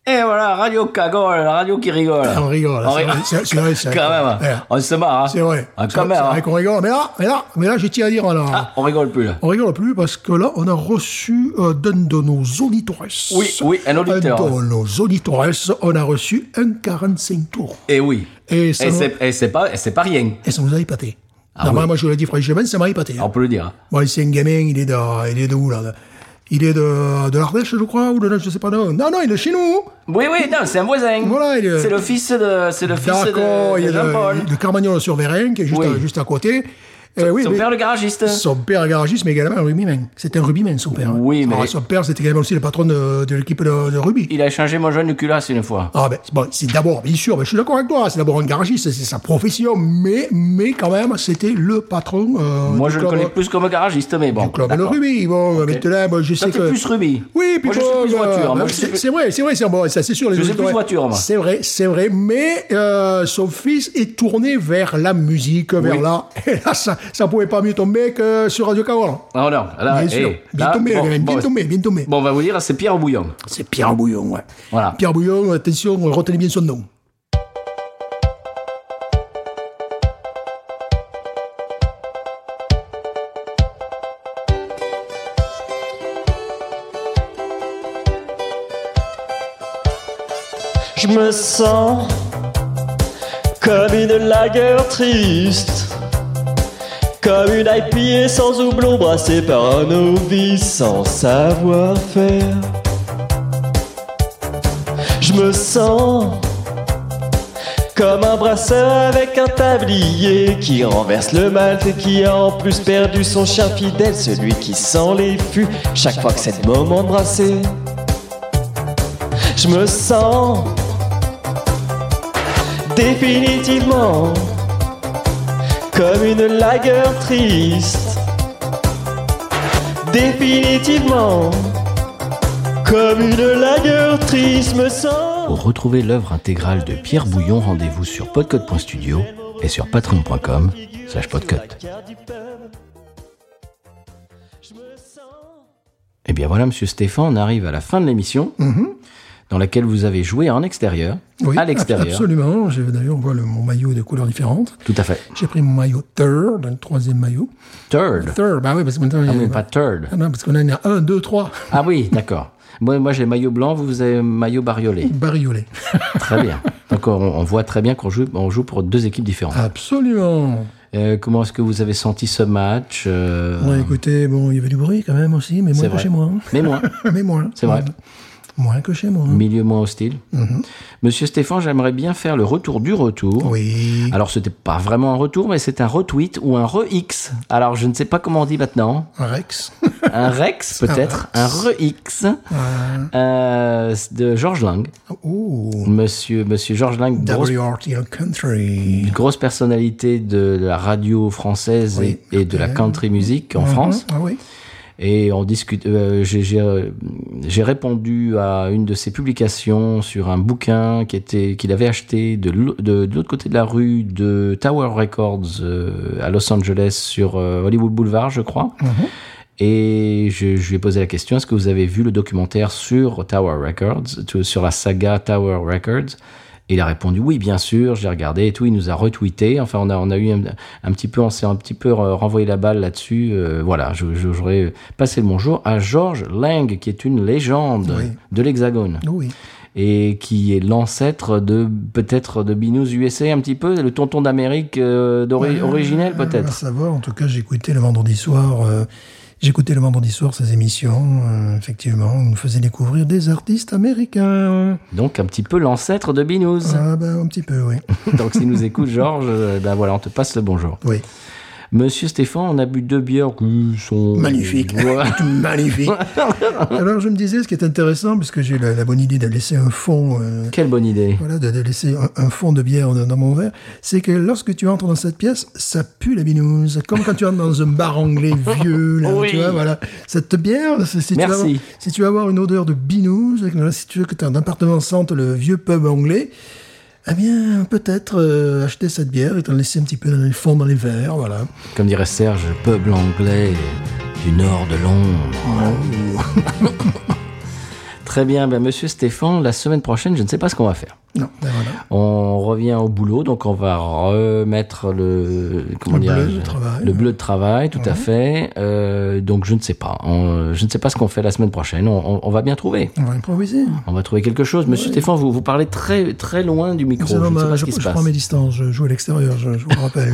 A: Et Eh, voilà, Radio Cagole, la radio qui rigole.
B: Ah, on rigole,
A: On
B: c'est
A: rigole.
B: vrai, c'est- c'est vrai, c'est
A: Quand
B: vrai.
A: même,
B: Ouais.
A: on se marre. Hein.
B: C'est vrai.
A: Ah,
B: C'est-
A: quand même.
B: c'est
A: hein.
B: vrai qu'on rigole. Mais là, mais là, mais là, j'ai tiens à dire alors.
A: Ah, on rigole plus là.
B: On rigole plus parce que là, on a reçu euh, d'un de nos auditeurs.
A: Oui, oui, un auditeur.
B: de nos auditeurs, on a reçu un 45 tours.
A: Et Eh oui.
B: Et ça
A: Et
B: nous-
A: c'est- et c'est pas, et c'est pas rien.
B: Et ça nous a épaté.
A: Ah
B: non,
A: oui.
B: moi, moi, je l'ai dit franchement, ça m'a épaté. hein.
A: On peut le dire.
B: Bon, c'est un gamin, il est de, il est de où, là Il est de, de l'Ardèche, je crois, ou de là, je sais pas. de- Non, non, il est chez nous.
A: Oui, oui, non, c'est un voisin.
B: Voilà, il est-
A: C'est le fils de, c'est le fils de,
B: D'accord, il
A: de
B: est
A: Jean-Paul.
B: de, de Carmagnol-sur-Vérin, qui est juste,
A: Oui.
B: à, juste à côté. Euh, oui,
A: Son
B: oui.
A: père, le garagiste.
B: Son père est garagiste, mais également un rugbyman. C'était un rugbyman, son père.
A: Oui, mais-
B: Ah, son père, c'était également aussi le patron de, de l'équipe de, de rugby.
A: Il a échangé mon jeune Nicolas une fois.
B: Ah ben, c'est- bon, c'est d'abord, bien sûr, ben, je suis d'accord avec toi, c'est d'abord un garagiste, c'est sa profession, mais, mais quand même, c'était le patron euh,
A: Moi,
B: du
A: je le
B: club,
A: connais plus comme garagiste, mais bon.
B: du club de
A: d'accord.
B: rugby. Bon, maintenant, bon, je
A: Toi,
B: sais
A: t'es
B: que...
A: plus rugby.
B: Oui, puis
A: Moi, je
B: bon,
A: suis plus
B: ben,
A: voiture. Moi,
B: ben,
A: je suis
B: c'est
A: plus-
B: c'est vrai, c'est vrai, c'est bon, ça c'est sûr. les
A: Je sais
B: auditeurs-
A: plus voiture, moi.
B: C'est vrai, c'est vrai, mais euh, son fils est tourné vers la musique, vers
A: Oui.
B: là, et là, ça, ça pouvait pas mieux tomber que sur Radio Carola.
A: Ah non, là,
B: Bien
A: eh,
B: sûr, bien
A: là,
B: tombé,
A: bon,
B: bien
A: bon,
B: tombé, bien tombé.
A: Bon, on va vous dire, c'est Pierre Bouillon.
B: C'est Pierre Bouillon, ouais.
A: Voilà.
B: Pierre Bouillon, attention, retenez bien son nom.
E: Je me sens comme une lagueur triste, comme une IPA sans houblon brassée par un novice sans savoir-faire. Je me sens comme un brasseur avec un tablier qui renverse le malt et qui a en plus perdu son chien fidèle, celui qui sent les fûts chaque fois que c'est le moment de brasser. Je me sens définitivement comme une lagueur triste. Définitivement comme une lagueur triste, me sens.
A: Pour retrouver l'œuvre intégrale de Pierre Bouillon, rendez-vous sur podcut.studio et sur patreon.com slash podcut. Eh bien voilà, monsieur Stéphane, on arrive à la fin de l'émission, dans laquelle vous avez joué en extérieur,
B: Mm-hmm. Oui,
A: à l'extérieur.
B: Absolument. J'ai- D'ailleurs, on voit le- mon maillot de couleurs différentes.
A: Tout à fait.
B: J'ai pris mon maillot third, le troisième maillot.
A: Third.
B: Third, bah oui, parce que maintenant, il y a-
A: Mais pas third.
B: Ah non, parce qu'on en a un, deux, trois
A: Ah oui, d'accord. Moi, moi j'ai maillot blanc, vous, vous avez maillot bariolé.
B: bariolés.
A: Très bien. Donc on, on voit très bien qu'on joue, on joue pour deux équipes différentes.
B: Absolument.
A: Euh, comment est-ce que vous avez senti ce match euh,
B: Ouais, écoutez, bon, il y avait du bruit quand même aussi, mais moins
A: C'est
B: que
A: vrai.
B: chez moi. hein.
A: Mais moins.
B: mais moins.
A: C'est vrai.
B: Moins que chez moi. hein.
A: Milieu moins hostile. Monsieur Stéphane, j'aimerais bien faire le retour du retour.
B: Oui.
A: Alors, c'était pas vraiment un retour, mais c'est un retweet ou un re-X. Alors, je ne sais pas comment on dit maintenant.
B: Un Rex.
A: Un Rex, peut-être. Un re-X. Euh, de Georges Lang.
B: oh.
A: Monsieur, monsieur Georges Lang, grosse,
B: WRTL Country.
A: grosse personnalité de la radio française
B: Oui,
A: et, et de la
B: ouais.
A: country music en France.
B: Ah oui.
A: Et on discute. euh, j'ai- J'ai euh, j'ai répondu à une de ses publications sur un bouquin qui était qu'il avait acheté de l'au- de, de l'autre côté de la rue de Tower Records euh, à Los Angeles sur euh, Hollywood Boulevard, je crois. Et je, je lui ai posé la question est-ce que vous avez vu le documentaire sur Tower Records, tu- sur la saga Tower Records Et il a répondu oui, bien sûr, j'ai regardé et tout. Il nous a retweeté. Enfin, on a, on a eu un, un petit peu, on s'est un petit peu euh, renvoyé la balle là-dessus. Euh, voilà, je- je- j'aurais passé le bonjour à Georges Lang, qui est une légende
B: Oui.
A: de l'Hexagone
B: Ah Oui.
A: et qui est l'ancêtre de peut-être de Binous USA un petit peu, le tonton d'Amérique euh, d'ori- originel
B: On va
A: peut-être.
B: savoir. En tout cas, j'écoutais le vendredi soir. euh, J'écoutais le vendredi soir ces émissions, euh, effectivement, on nous faisait découvrir des artistes américains.
A: Donc un petit peu l'ancêtre de Binous.
B: Ah bah un petit peu, oui.
A: Donc si nous écoute Georges, euh, ben voilà, on te passe le bonjour.
B: Oui.
A: Monsieur Stéphane, on a bu deux bières qui sont
B: Magnifique.
A: Voilà.
B: Magnifique. Alors je me disais, ce qui est intéressant, puisque j'ai eu la, la bonne idée de laisser un fond, euh,
A: Quelle bonne idée.
B: voilà, de, de laisser un, un fond de bière dans, dans mon verre, c'est que lorsque tu entres dans cette pièce, ça pue la binouse, comme quand tu entres dans un bar anglais vieux, là, tu vois, voilà. Cette bière, c'est- si tu, vas
A: Merci.
B: avoir, si tu vas avoir une odeur de binouse, que- si tu veux que ton appartement sente le vieux pub anglais. Eh bien, peut-être euh, acheter cette bière et t'en laisser un petit peu dans les fonds, dans les verres, voilà.
A: Comme dirait Serge, peuple anglais du nord de Londres.
B: Oh.
A: Très bien, ben, monsieur Stéphane, la semaine prochaine, je ne sais pas ce qu'on va faire.
B: Non, ben voilà.
A: On revient au boulot, donc on va remettre le, comment
B: Le bleu
A: dirais-je,
B: de travail.
A: le bleu de travail, tout à fait. Euh, donc je ne sais pas, On- je ne sais pas ce qu'on fait la semaine prochaine. On, on- on va bien trouver.
B: On va improviser.
A: On va trouver quelque chose. Monsieur Stéphane, vous vous parlez très très loin du micro.
B: Non,
A: je ne
B: bah,
A: sais pas
B: je,
A: ce qui
B: je
A: se
B: prends
A: passe.
B: mes distances, je joue à l'extérieur, je, je vous le rappelle.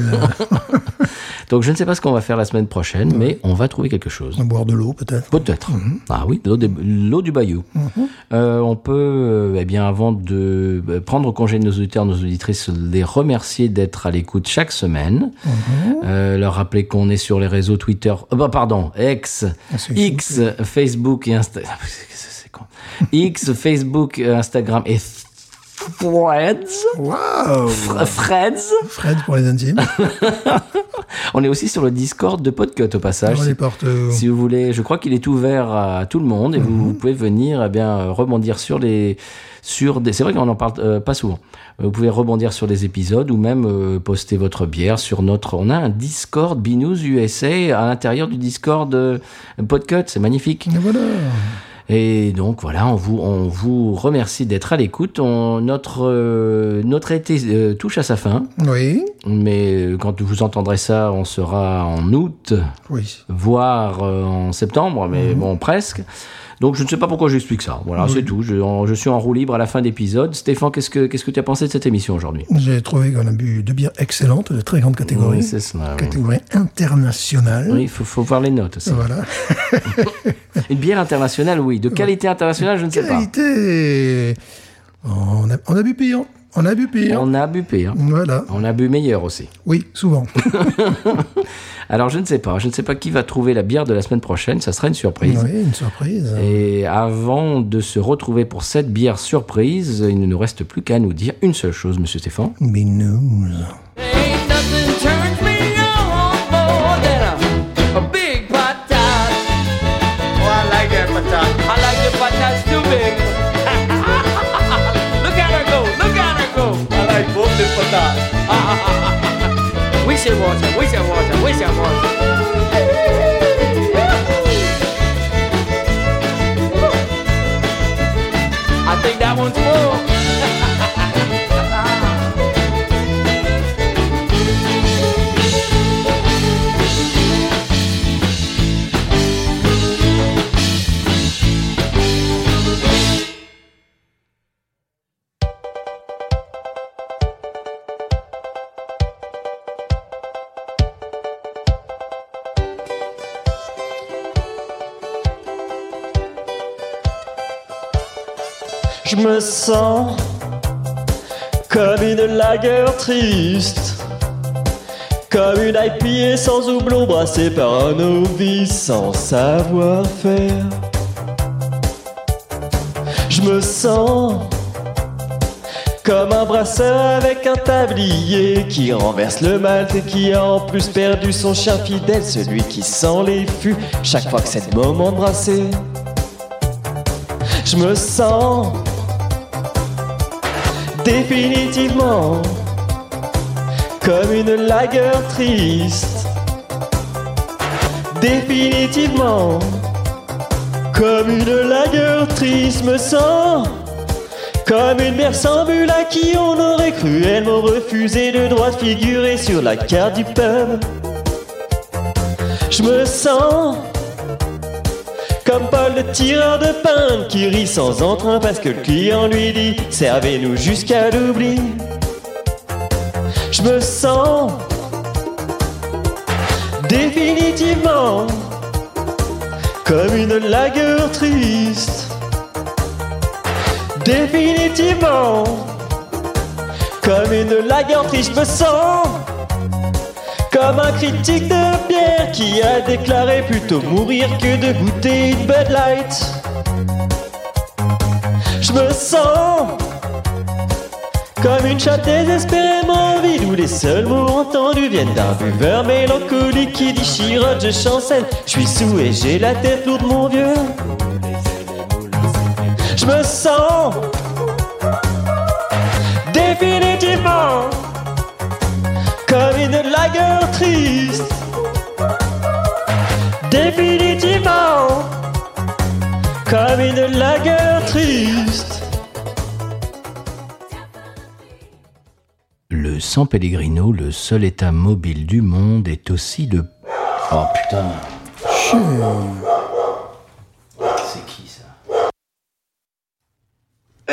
A: Donc je ne sais pas ce qu'on va faire la semaine prochaine, mais on va trouver quelque chose.
B: On va Euh, boire de l'eau peut-être.
A: Peut-être.
B: Mhm.
A: Ah oui, l'eau des- l'eau du bayou. Euh, on peut, euh, eh bien, avant de euh, prendre congé de nos auditeurs, nos auditrices, les remercier d'être à l'écoute chaque semaine.
B: Mhm.
A: Euh, leur rappeler qu'on est sur les réseaux Twitter, euh, bah, pardon, X,
B: Ah, c'est
A: X, Facebook et Instagram. C'est con. X, Facebook, euh, Instagram et Threads.
B: Waouh
A: Fr- Threads.
B: Fred pour les intimes.
A: Ah, On est aussi sur le Discord de Podcut au passage.
B: On
A: si-
B: les porte. euh,
A: Si vous voulez, je crois qu'il est ouvert à tout le monde et vous, vous pouvez venir eh bien euh, rebondir sur les sur des c'est vrai qu'on en parle euh, pas souvent. Euh, Vous pouvez rebondir sur les épisodes ou même euh, poster votre bière sur notre on a un Discord Binous USA à l'intérieur du Discord euh, Podcut, c'est magnifique.
B: Et voilà.
A: Et donc voilà, on vous, on vous remercie d'être à l'écoute. On- Notre, euh, notre été euh, touche à sa fin,
B: Oui.
A: mais euh, quand vous entendrez ça, on sera en août,
B: Oui.
A: voire euh, en septembre, mais bon, presque. Donc je ne sais pas pourquoi j'explique ça. Voilà, c'est tout. Je, en- je suis en roue libre à la fin d'épisode. Stéphane, qu'est-ce que qu'est-ce que tu as pensé de cette émission aujourd'hui
B: J'ai trouvé qu'on a bu deux bières excellentes, de très grande catégorie.
A: Oui, c'est ça. Oui,
B: catégorie internationale.
A: il faut, faut voir les notes aussi.
B: Voilà.
A: Une bière internationale, oui. De qualité internationale, je ne sais pas.
B: Qualité. On a, on a bu pire. On a bu pire.
A: On a bu pire.
B: Voilà.
A: On a bu meilleur aussi.
B: Oui, souvent.
A: Alors je ne sais pas, je ne sais pas qui va trouver la bière de la semaine prochaine, ça sera une surprise.
B: oui, une surprise.
A: Et avant de se retrouver pour cette bière surprise, il ne nous reste plus qu'à nous dire une seule chose, Monsieur Stéphane.
B: Binous.
C: Ain't nothing turns me on more than a, a big patat. Oh, I like that patat. I like the patats too big. look at her go, look at her go. I like both the patats. we should watch her, we should watch her, we should watch her. I think that one's full.
E: Je me sens comme une lagueur triste, comme une IPA sans houblon brassée par un novice sans savoir-faire. Je me sens comme un brasseur avec un tablier qui renverse le malt et qui a en plus perdu son chien fidèle, celui qui sent les fûts chaque fois que c'est le moment de brasser. Je me sens définitivement comme une lagueur triste. Définitivement comme une lagueur triste me sens. Comme une mère sans bulle à qui on aurait cruellement refusé le droit de figurer sur la carte du pub. Je me sens comme Paul le tireur de pain qui rit sans entrain parce que le client lui dit Servez-nous jusqu'à l'oubli. Je me sens définitivement comme une lagueur triste. Définitivement comme une lagueur triste, je me sens comme un critique de bière qui a déclaré plutôt mourir que de goûter une Bud Light. Je me sens comme une chatte désespérément vide où les seuls mots entendus viennent d'un buveur mélancolique qui dit chirote, je chancelle, je suis sous et j'ai la tête lourde, mon vieux. Je me sens définitivement comme une lagueur triste. Définitivement, comme une lagueur triste.
A: Le San Pellegrino, le seul état mobile du monde, est aussi le... Oh putain. C'est qui ça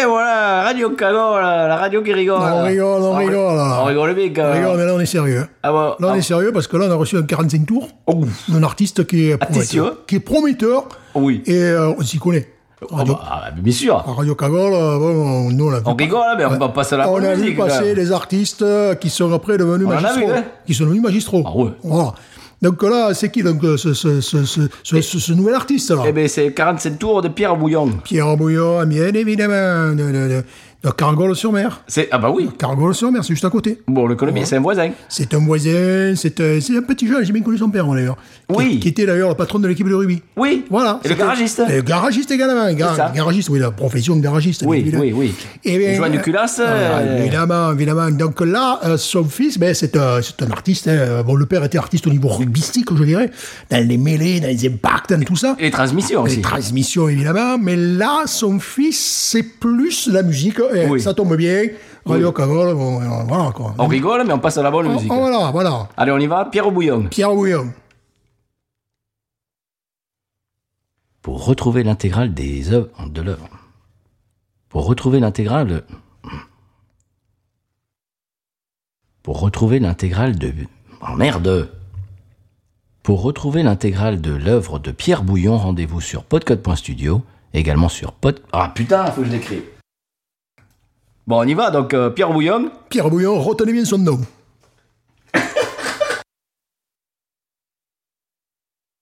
F: Et voilà,
A: radio canon, la, la radio qui rigole. Ah
B: Non, on rigole, on rigole, là.
A: On rigole bien, quand même.
B: Regarde, mais là, on est sérieux.
A: Ah bon,
B: Là, on
A: ah.
B: est sérieux parce que là, on a reçu un 45 tours
A: Oh.
B: d'un artiste qui est
A: Attention.
B: prometteur. Qui est prometteur.
A: Oui.
B: Et euh, on s'y connaît.
A: Ah,
B: Radio,
A: bah, ah, bah, bien sûr.
B: Radio Cagole, euh, bon, nous, on l'a vu.
A: On rigole, mais on va passer à la
B: on a
A: bonne
B: vu
A: musique, quand
B: passer
A: même.
B: les artistes euh, qui sont après devenus
A: On en a
B: magistraux.
A: vu, hein.
B: Qui sont devenus magistraux.
A: Ah ouais.
B: Voilà. Donc là, c'est qui donc, euh, ce, ce, ce, ce, ce, ce- ce nouvel artiste-là
A: Eh ben, c'est 47 tours de Pierre Bouillon.
B: Pierre Bouillon, bien évidemment, de, de, de, de Cargol-sur-Mer.
A: C'est, ah bah oui.
B: Cargol-sur-Mer, c'est juste à côté.
A: Bon, on le connaît bien, c'est un voisin.
B: C'est un voisin, c'est un, c'est un petit jeune, j'ai bien connu son père hein, d'ailleurs. Qui-
A: Oui.
B: Qui, était d'ailleurs le patron de l'équipe de rugby.
A: Oui.
B: Voilà.
A: Et le
B: C'était-
A: garagiste.
B: Et Le garagiste également. gar-
A: C'est ça.
B: garagiste, oui, la profession de garagiste.
A: Oui,
B: évidemment.
A: oui, oui.
B: Et
A: Il joue à Nicolas,
B: ah,
A: euh,
B: Évidemment, évidemment. Donc là, euh, son fils, ben, c'est un, c'est un artiste. hein. Bon, le père était artiste au niveau rugbystique, je dirais, dans les mêlées, dans les impacts, dans tout ça.
A: Et les transmissions
B: Les
A: aussi.
B: transmissions, évidemment. Mais là, son fils, c'est plus la musique. Et
A: Oui.
B: Ça tombe bien. Radio Cagole, bon, euh, voilà quoi.
A: on rigole, mais on passe à la bonne musique.
B: Oh, voilà, voilà.
A: Allez, on y va. Pierre Bouillon.
B: Pierre Bouillon.
A: Pour retrouver l'intégrale des œuvres de l'œuvre. Pour retrouver l'intégrale. Pour retrouver l'intégrale de. Oh merde Pour retrouver l'intégrale de l'œuvre de Pierre Bouillon, rendez-vous sur podcut.studio, également sur pod. Ah putain, faut que je l'écrive. Bon, on y va donc, euh, Pierre Bouillon.
B: Pierre Bouillon, retenez bien son nom.